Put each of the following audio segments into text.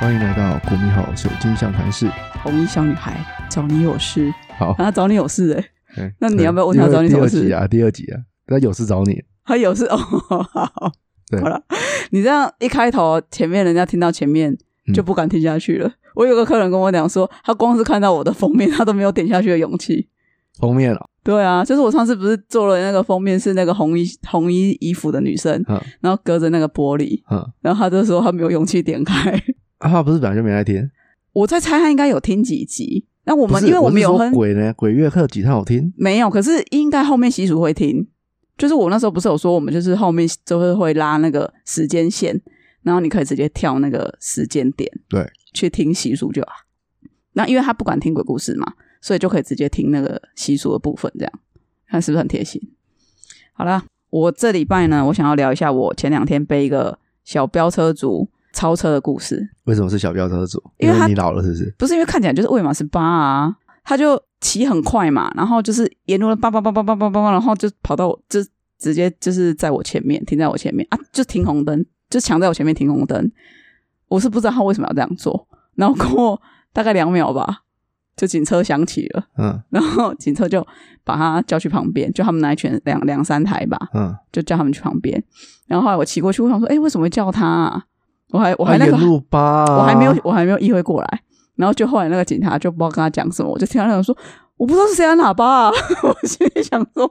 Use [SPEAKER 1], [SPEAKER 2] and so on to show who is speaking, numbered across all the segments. [SPEAKER 1] 欢迎来到国民好水晶相谈室。
[SPEAKER 2] 红衣小女孩找你有事，
[SPEAKER 1] 好，
[SPEAKER 2] 啊，找你有事哎、欸，
[SPEAKER 1] 嗯
[SPEAKER 2] 那你要不要问他
[SPEAKER 1] 因为
[SPEAKER 2] 找你什么事
[SPEAKER 1] 第二集啊，第二集啊，他有事找你。
[SPEAKER 2] 他有事哦，好，
[SPEAKER 1] 对
[SPEAKER 2] 好了，你这样一开头前面人家听到前面
[SPEAKER 1] 嗯
[SPEAKER 2] 就不敢听下去了。我有个客人跟我讲说，他光是看到我的封面，他都没有点下去的勇气。嗯
[SPEAKER 1] 封面了，
[SPEAKER 2] 对啊，就是我上次不是做了那个封面是那个红衣红衣衣服的女生，
[SPEAKER 1] 嗯
[SPEAKER 2] 然后隔着那个玻璃，
[SPEAKER 1] 嗯，
[SPEAKER 2] 然后他就说他没有勇气点开。
[SPEAKER 1] 啊，他不是本来就没来听。
[SPEAKER 2] 我在猜他应该有听几集，那我
[SPEAKER 1] 不
[SPEAKER 2] 们
[SPEAKER 1] 是，
[SPEAKER 2] 因为
[SPEAKER 1] 我
[SPEAKER 2] 们
[SPEAKER 1] 是
[SPEAKER 2] 有
[SPEAKER 1] 说
[SPEAKER 2] 很
[SPEAKER 1] 鬼呢，鬼月特辑他有听，
[SPEAKER 2] 没有，可是应该后面习俗会听。就是我那时候不是有说，我们就是后面就是会拉那个时间线，然后你可以直接跳那个时间点，
[SPEAKER 1] 对，
[SPEAKER 2] 去听习俗就好。那因为他不管听鬼故事嘛，所以就可以直接听那个习俗的部分，这样看是不是很贴心？好啦，我这礼拜呢，我想要聊一下我前两天被一个小飙车族超车的故事。
[SPEAKER 1] 为什么是小飙车主？
[SPEAKER 2] 因
[SPEAKER 1] 因
[SPEAKER 2] 为他
[SPEAKER 1] 为你老了是不是？
[SPEAKER 2] 不是因为看起来就是未满十八啊，他就骑很快嘛，然后就是沿路叭叭叭叭叭叭叭叭，然后就跑到我，就直接就是在我前面停在我前面啊，就停红灯，就抢在我前面停红灯。我是不知道他为什么要这样做，然后过大概两秒吧，就警车响起了，
[SPEAKER 1] 嗯
[SPEAKER 2] 然后警车就把他叫去旁边，就他们那一群两两三台吧，
[SPEAKER 1] 嗯，
[SPEAKER 2] 就叫他们去旁边。然后后来我骑过去，我想说，哎、为什么会叫他、啊？我还我还那
[SPEAKER 1] 啊
[SPEAKER 2] 个、
[SPEAKER 1] 沿路吧，
[SPEAKER 2] 我还没有，我还没有意会过来。然后就后来那个警察就不知道跟他讲什么，我就听到那种说，我不知道是谁按喇叭、啊。 我心里想说，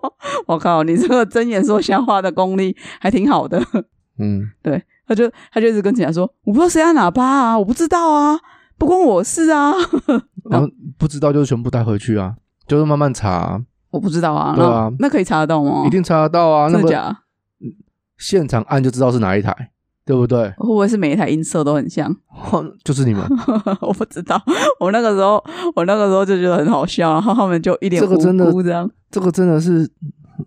[SPEAKER 2] 我靠，你这个睁眼说瞎话的功力还挺好的。
[SPEAKER 1] 嗯，
[SPEAKER 2] 对，他就他就一直跟警察说，我不知道谁按喇叭啊，我不知道啊，不关我事啊，
[SPEAKER 1] 然后不知道就全部带回去啊，就是慢慢查，
[SPEAKER 2] 我不知道啊。
[SPEAKER 1] 对啊
[SPEAKER 2] 然后那可以查得到吗？
[SPEAKER 1] 一定查得到啊，那
[SPEAKER 2] 真的
[SPEAKER 1] 个
[SPEAKER 2] 假的？
[SPEAKER 1] 现场按就知道是哪一台，对不 对？
[SPEAKER 2] 会不会是每一台音色都很像？
[SPEAKER 1] 就是你们，
[SPEAKER 2] 我不知道， 我那个时候，我那个时候就觉得很好笑，然后他们就一脸
[SPEAKER 1] 这个真的
[SPEAKER 2] 无辜这样。
[SPEAKER 1] 这个真的是，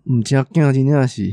[SPEAKER 1] 嗯，今天今天是，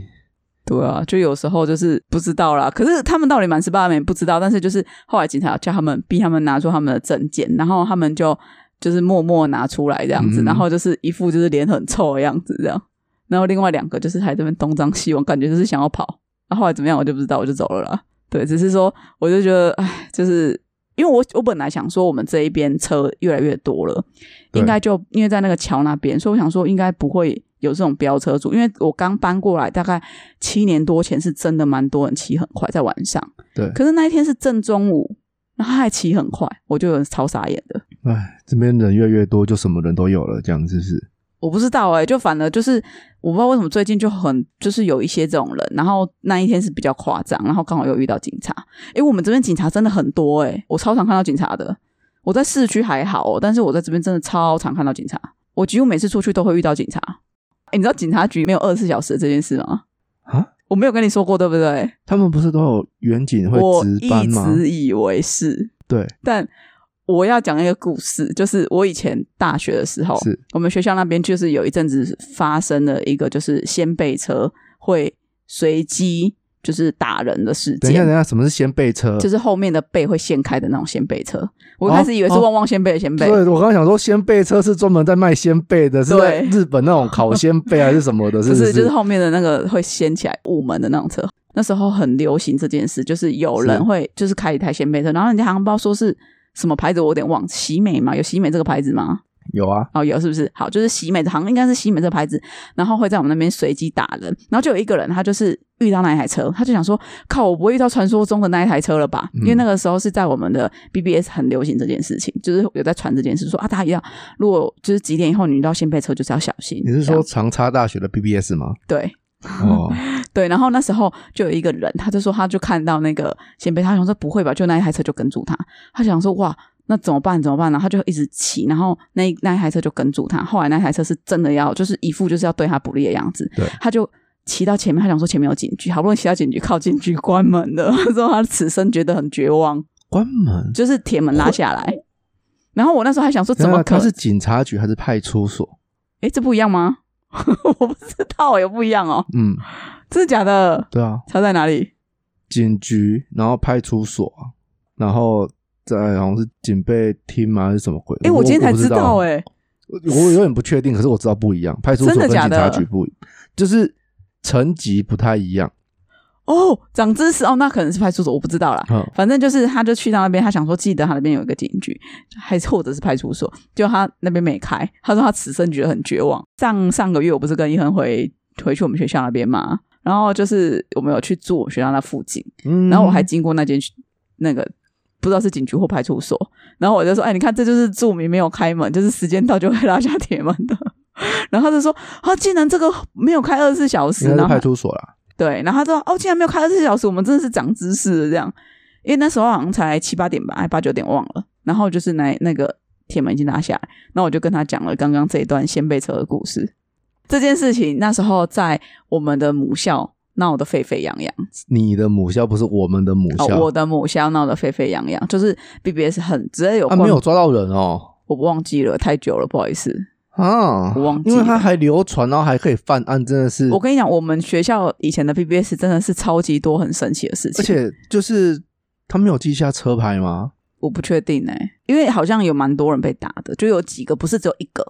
[SPEAKER 2] 对啊，就有时候就是不知道啦。可是他们到底满十八没不知道，但是就是后来警察叫他们逼他们拿出他们的证件，然后他们就就是默默拿出来这样子，
[SPEAKER 1] 嗯
[SPEAKER 2] 然后就是一副就是脸很臭的样子这样。然后另外两个就是还在那边东张西望，感觉就是想要跑。然后后来怎么样我就不知道，我就走了啦。对，只是说我就觉得，哎，就是因为我我本来想说我们这一边车越来越多了，
[SPEAKER 1] 对
[SPEAKER 2] 应该就因为在那个桥那边，所以我想说应该不会有这种飙车族，因为我刚搬过来大概七年多前是真的蛮多人骑很快在晚上，
[SPEAKER 1] 对
[SPEAKER 2] 可是那一天是正中午，然后他还骑很快，我就有点超傻眼的。
[SPEAKER 1] 哎，这边人越来越多，就什么人都有了，这样是不是？
[SPEAKER 2] 我不知道哎、就反而就是我不知道为什么最近就很就是有一些这种人，然后那一天是比较夸张，然后刚好又遇到警察。哎、我们这边警察真的很多哎、我超常看到警察的。我在市区还好、哦，但是我在这边真的超常看到警察，我几乎每次出去都会遇到警察。哎、你知道警察局没有二十四小时这件事吗？
[SPEAKER 1] 啊，
[SPEAKER 2] 我没有跟你说过对不对？
[SPEAKER 1] 他们不是都有远景会
[SPEAKER 2] 我
[SPEAKER 1] 值班
[SPEAKER 2] 一
[SPEAKER 1] 吗？
[SPEAKER 2] 直以为是，
[SPEAKER 1] 对，
[SPEAKER 2] 但我要讲一个故事，就是我以前大学的时候，
[SPEAKER 1] 是
[SPEAKER 2] 我们学校那边就是有一阵子发生了一个就是先辈车会随机就是打人的事
[SPEAKER 1] 等一下，等
[SPEAKER 2] 件
[SPEAKER 1] 一。下，什么是先备车？
[SPEAKER 2] 就是后面的背会掀开的那种先辈车，我一开始以为是
[SPEAKER 1] 哦
[SPEAKER 2] 旺旺先辈的先辈，
[SPEAKER 1] 对，我刚刚想说，先备车是专门在卖先备的，是在
[SPEAKER 2] 对
[SPEAKER 1] 日本那种烤先备啊还 是什么的？是
[SPEAKER 2] 不
[SPEAKER 1] 是
[SPEAKER 2] 是，就是后面的那个会掀起来雾门的那种车。那时候很流行这件事，就是有人
[SPEAKER 1] 是
[SPEAKER 2] 会就是开一台先辈车，然后人家好像不知道说是什么牌子，我有点忘，喜美嘛，有喜美这个牌子吗？
[SPEAKER 1] 有啊，
[SPEAKER 2] 哦，有是不是？好，就是喜美，好像应该是喜美这个牌子，然后会在我们那边随机打人，然后就有一个人，他就是遇到那一台车，他就想说，靠，我不会遇到传说中的那一台车了吧？因
[SPEAKER 1] 嗯
[SPEAKER 2] 为那个时候是在我们的 BBS 很流行这件事情，就是有在传这件事，说啊，大家一定要，如果就是几点以后你遇到先辈车，就是要小心。
[SPEAKER 1] 你是
[SPEAKER 2] 这
[SPEAKER 1] 说
[SPEAKER 2] 样
[SPEAKER 1] 长沙大学的 BBS 吗？
[SPEAKER 2] 对？
[SPEAKER 1] 哦，
[SPEAKER 2] 对，然后那时候就有一个人，他就说他就看到那个先辈，他想说不会吧，就那一台车就跟住他，他想说哇，那怎么办怎么办呢？他就一直骑，然后那一那一台车就跟住他，后来那台车是真的要就是一副就是要对他不利的样子，
[SPEAKER 1] 对，
[SPEAKER 2] 他就。骑到前面，他想说前面有警局，好不容易骑到警局，靠近局关门了。 他说他此生觉得很绝望，
[SPEAKER 1] 关门。
[SPEAKER 2] 就是铁门拉下来。然后我那时候还想说，怎么
[SPEAKER 1] 那
[SPEAKER 2] 可
[SPEAKER 1] 啊它是警察局还是派出所？
[SPEAKER 2] 哎，这不一样吗？ 我不知道，有不一样哦，
[SPEAKER 1] 嗯，
[SPEAKER 2] 真的假的？
[SPEAKER 1] 对啊，
[SPEAKER 2] 差在哪里？
[SPEAKER 1] 警局，然后派出所啊，然后再好像是警备厅吗？还是什么鬼？
[SPEAKER 2] 哎，我今天才
[SPEAKER 1] 不
[SPEAKER 2] 知道，哎、
[SPEAKER 1] 我我有点不确定，可是我知道不一样，派出所
[SPEAKER 2] 真的
[SPEAKER 1] 跟警
[SPEAKER 2] 假的
[SPEAKER 1] 察局不，就是层级不太一样。
[SPEAKER 2] 哦，长知识哦，那可能是派出所，我不知道啦。
[SPEAKER 1] 嗯
[SPEAKER 2] 反正就是，他就去到那边，他想说记得他那边有一个警局，还是或者是派出所，就他那边没开。他说他此生觉得很绝望。上上个月我不是跟一恒回回去我们学校那边嘛，然后就是我们有去住我们学校那附近，
[SPEAKER 1] 嗯
[SPEAKER 2] 然后我还经过那间那个不知道是警局或派出所，然后我就说：“哎，你看，这就是住民没有开门，就是时间到就会拉下铁门的。” 然后他就说：“啊，竟然这个没有开二十四小时，
[SPEAKER 1] 应该
[SPEAKER 2] 然
[SPEAKER 1] 是
[SPEAKER 2] 后
[SPEAKER 1] 派出所啦，
[SPEAKER 2] 对，然后他说：“哦，竟然没有开二十四小时，我们真的是长知识了。”这样，因为那时候好像才七八点吧，哎还八九点忘了。然后就是那那个铁门已经拿下来，那我就跟他讲了刚刚这一段先辈车的故事。这件事情那时候在我们的母校闹得沸沸扬扬，
[SPEAKER 1] 你的母校不是我们的母
[SPEAKER 2] 哦
[SPEAKER 1] 校，，
[SPEAKER 2] 我的母校闹得沸沸扬扬，就是 BBS 很直接有
[SPEAKER 1] 啊没
[SPEAKER 2] 关、
[SPEAKER 1] 有抓到人哦
[SPEAKER 2] 我忘记了，太久了，不好意思。
[SPEAKER 1] 啊，
[SPEAKER 2] 我忘记
[SPEAKER 1] 因为他
[SPEAKER 2] 了
[SPEAKER 1] 还流传，然后还可以犯案，真的是
[SPEAKER 2] 我跟你讲，我们学校以前的 BBS 真的是超级多很神奇的事情，
[SPEAKER 1] 而且就是他没有记下车牌吗？
[SPEAKER 2] 我不确定哎、因为好像有蛮多人被打的，就有几个不是只有一个，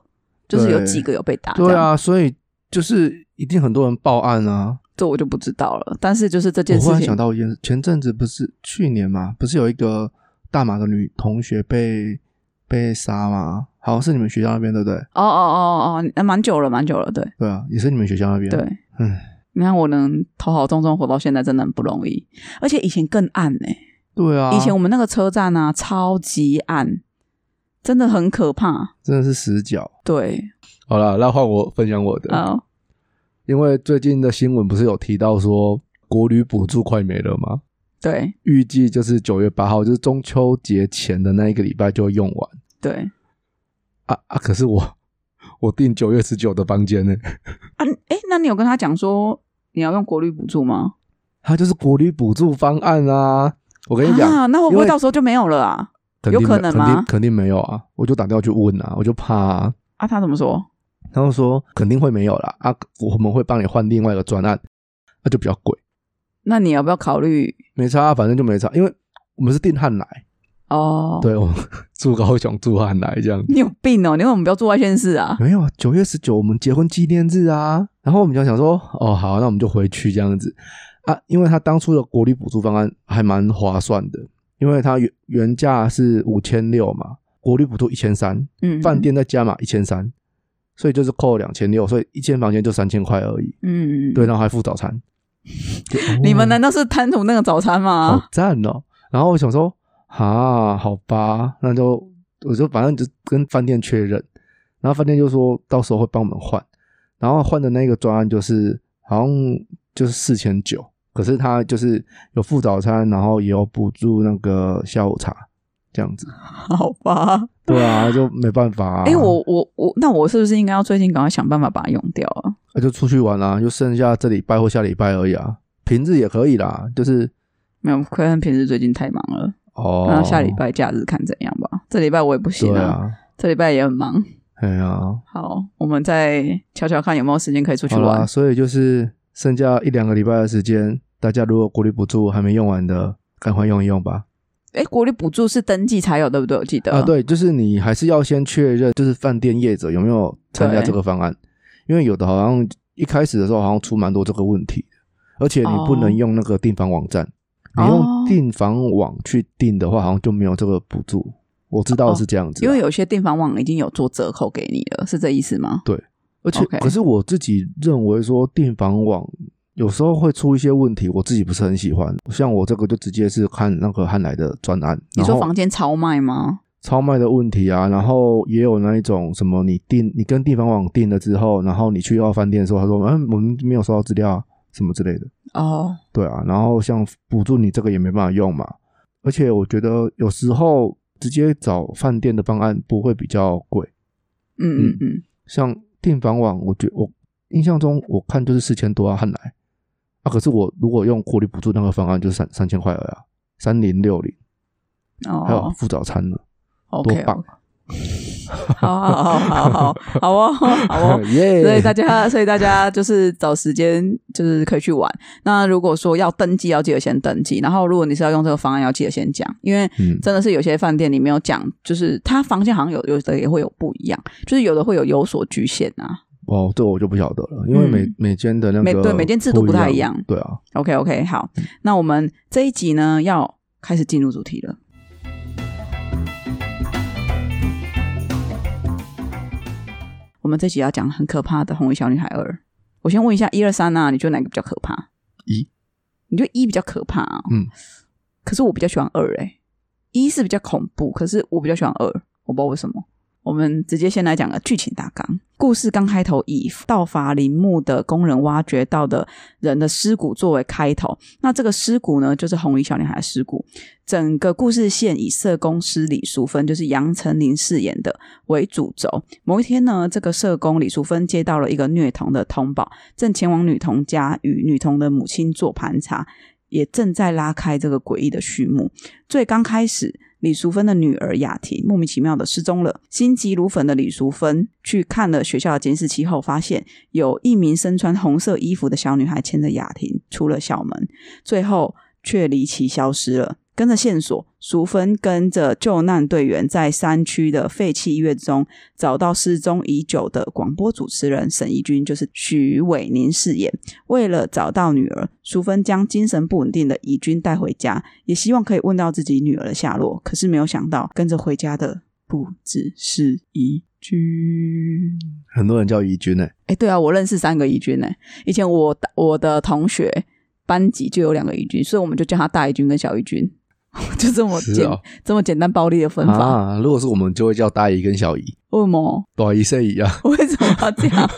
[SPEAKER 2] 就是有
[SPEAKER 1] 对
[SPEAKER 2] 几个有被打。
[SPEAKER 1] 对
[SPEAKER 2] 这样，
[SPEAKER 1] 啊，所以就是一定很多人报案啊。
[SPEAKER 2] 这我就不知道了。但是就是这件
[SPEAKER 1] 我忽
[SPEAKER 2] 事
[SPEAKER 1] 然
[SPEAKER 2] 情
[SPEAKER 1] 想，到一件事，前阵子不是去年嘛，不是有一个大马的女同学被被杀吗？好像是你们学校那边对不对？
[SPEAKER 2] 哦哦哦哦，蛮久了，蛮久了，对
[SPEAKER 1] 对嗯啊，也是你们学校那边。
[SPEAKER 2] 对。
[SPEAKER 1] 唉，
[SPEAKER 2] 你看我能头好重重活到现在，真的很不容易。而且以前更暗呢、
[SPEAKER 1] 对啊，
[SPEAKER 2] 以前我们那个车站啊，超级暗，真的很可怕。
[SPEAKER 1] 真的是死角。
[SPEAKER 2] 对，
[SPEAKER 1] 好了，那换我分享我的，
[SPEAKER 2] 啊、
[SPEAKER 1] 因为最近的新闻不是有提到说国旅补助快没了吗？
[SPEAKER 2] 对
[SPEAKER 1] 预计就是九月八号，就是中秋节前的那一个礼拜就会用完。
[SPEAKER 2] 对
[SPEAKER 1] 啊啊！可是我我订九月十九的房间呢，
[SPEAKER 2] 啊，哎，那你有跟他讲说你要用国旅补助吗？
[SPEAKER 1] 它就是国旅补助方案啊！我跟你讲，
[SPEAKER 2] 啊，那会不
[SPEAKER 1] 因
[SPEAKER 2] 会
[SPEAKER 1] 为
[SPEAKER 2] 到时候就没有了啊？
[SPEAKER 1] 肯定
[SPEAKER 2] 有可能
[SPEAKER 1] 没
[SPEAKER 2] 吗
[SPEAKER 1] 肯定肯定没有啊！我就打电话去问啊，我就怕、啊，
[SPEAKER 2] 啊，他怎么说？
[SPEAKER 1] 然后说肯定会没有啦啊！我们会帮你换另外一个专案，那、就比较贵，
[SPEAKER 2] 那你要不要考虑？
[SPEAKER 1] 没差、啊，反正就没差，因为我们是订汉来，
[SPEAKER 2] 哦，
[SPEAKER 1] 对，我们住高雄住汉来这样。
[SPEAKER 2] 你有病哦！你为什么不要住外县市 啊？
[SPEAKER 1] 没有啊，九月十九我们结婚纪念日啊，然后我们就想说，哦好，那我们就回去这样子啊，因为他当初的国旅补助方案还蛮划算的，因为它原原价是五千六嘛，国旅补助一千三，
[SPEAKER 2] 嗯，
[SPEAKER 1] 饭，店再加嘛一千三，所以就是扣两千六，所以一间房间就三千块而已，
[SPEAKER 2] 嗯，
[SPEAKER 1] 对，。然后还付早餐，就哦
[SPEAKER 2] 你们难啊道是贪图那个早餐吗
[SPEAKER 1] 好？赞哦！然后我想说，啊，好吧，那就我就反正就跟饭店确认，然后饭店就说到时候会帮我们换，然后换的那个专案就是好像就是四千九，可是他就是有付早餐，然后也有补助那个下午茶这样子，
[SPEAKER 2] 好吧，
[SPEAKER 1] 对啊，就没办法、啊，
[SPEAKER 2] 哎、我我我，那我是不是应该要最近赶快想办法把它用掉啊？
[SPEAKER 1] 那就出去玩啦、就剩下这礼拜或下礼拜而已啊，平日也可以啦，就是
[SPEAKER 2] 没有，可能平时最近太忙了，
[SPEAKER 1] 哦，
[SPEAKER 2] 那啊下礼拜假日看怎样吧。这礼拜我也不行
[SPEAKER 1] 对
[SPEAKER 2] 啊，
[SPEAKER 1] 啊，
[SPEAKER 2] 这礼拜也很忙。
[SPEAKER 1] 哎呀、啊。
[SPEAKER 2] 好，我们再瞧瞧看有没有时间可以出去
[SPEAKER 1] 好啦，
[SPEAKER 2] 玩。
[SPEAKER 1] 所以就是剩下一两个礼拜的时间，大家如果国力补助还没用完的，赶快用一用吧。
[SPEAKER 2] 哎、国力补助是登记才有，对不对？我记得
[SPEAKER 1] 啊，，对，就是你还是要先确认，就是饭店业者有没有参加
[SPEAKER 2] 对
[SPEAKER 1] 这个方案，因为有的好像一开始的时候好像出蛮多这个问题，而且你不
[SPEAKER 2] 哦
[SPEAKER 1] 能用那个订房网站，你
[SPEAKER 2] 哦
[SPEAKER 1] 用订房网去订的话，好像就没有这个补助。我知道是这样子啊、
[SPEAKER 2] 哦因为有些订房网已经有做折扣给你了，是这意思吗？
[SPEAKER 1] 而且
[SPEAKER 2] OK
[SPEAKER 1] 可是我自己认为说订房网有时候会出一些问题，我自己不是很喜欢。像我这个就直接是看那个汉来的专案，
[SPEAKER 2] 你
[SPEAKER 1] 然
[SPEAKER 2] 说
[SPEAKER 1] 后
[SPEAKER 2] 房间超卖吗？
[SPEAKER 1] 超卖的问题啊，然后也有那一种什么你订你跟订房网订了之后，然后你去到饭店的时候，他说嗯我们没有收到资料啊什么之类的，
[SPEAKER 2] 哦，
[SPEAKER 1] 对啊，然后像补助你这个也没办法用嘛，而且我觉得有时候直接找饭店的方案不会比较贵，
[SPEAKER 2] 嗯嗯嗯，
[SPEAKER 1] 像订房网，我觉我印象中我看就是四千多啊，汉来啊，可是我如果用国力补助那个方案，就是三三千块而已啊，三零六零，还有
[SPEAKER 2] 哦
[SPEAKER 1] 付早餐呢，多
[SPEAKER 2] ，OK，
[SPEAKER 1] 棒！。
[SPEAKER 2] 好好好好好好哦，好哦
[SPEAKER 1] 耶！
[SPEAKER 2] 所以大家，所以大家就是找时间，就是可以去玩。那如果说要登记，要记得先登记。然后，如果你是要用这个方案，要记得先讲，因为
[SPEAKER 1] 嗯
[SPEAKER 2] 真的是有些饭店里没有讲，就是它房间好像有有的也会有不一样，就是有的会有有所局限啊。
[SPEAKER 1] 哦，这我就不晓得了，因为每、
[SPEAKER 2] 嗯
[SPEAKER 1] 每间的那个
[SPEAKER 2] 每对每间制度不太一样
[SPEAKER 1] 对啊，
[SPEAKER 2] OK OK，好，那我们这一集呢要开始进入主题了。我们这集要讲很可怕的《红衣小女孩二》。我先问一下，一二三啊，你觉得哪个比较可怕？
[SPEAKER 1] 一，
[SPEAKER 2] 你觉得一比较可怕、啊？
[SPEAKER 1] 嗯，
[SPEAKER 2] 可是我比较喜欢二哎、一是比较恐怖，可是我比较喜欢二，我不知道为什么。我们直接先来讲个剧情大纲。故事刚开头以盗伐林木的工人挖掘到的人的尸骨作为开头，那这个尸骨呢，就是红衣小女孩的尸骨。整个故事线以社工师李淑芬，就是杨丞琳饰演的为主轴。某一天呢，这个社工李淑芬接到了一个虐童的通报，正前往女童家与女童的母亲做盘查，也正在拉开这个诡异的序幕。最刚开始，李淑芬的女儿雅婷莫名其妙的失踪了。心急如焚的李淑芬去看了学校的监视器后，发现有一名身穿红色衣服的小女孩牵着雅婷出了校门，最后却离奇消失了。跟着线索，淑芬跟着救难队员在山区的废弃医院中找到失踪已久的广播主持人沈怡君，就是许伟宁饰演。为了找到女儿，淑芬将精神不稳定的怡君带回家，也希望可以问到自己女儿的下落。可是没有想到，跟着回家的不只是怡君。
[SPEAKER 1] 很多人叫怡君呢、欸
[SPEAKER 2] 哎，对啊，我认识三个怡君呢。以前我我的同学班级就有两个怡君，所以我们就叫他大怡君跟小怡君， 就这么
[SPEAKER 1] 是
[SPEAKER 2] 简、
[SPEAKER 1] 哦
[SPEAKER 2] 这么简单暴力的分法。
[SPEAKER 1] 啊，如果是我们就会叫大姨跟小姨，
[SPEAKER 2] 为什么？
[SPEAKER 1] 大姨小姨 啊，
[SPEAKER 2] 为什么要这样？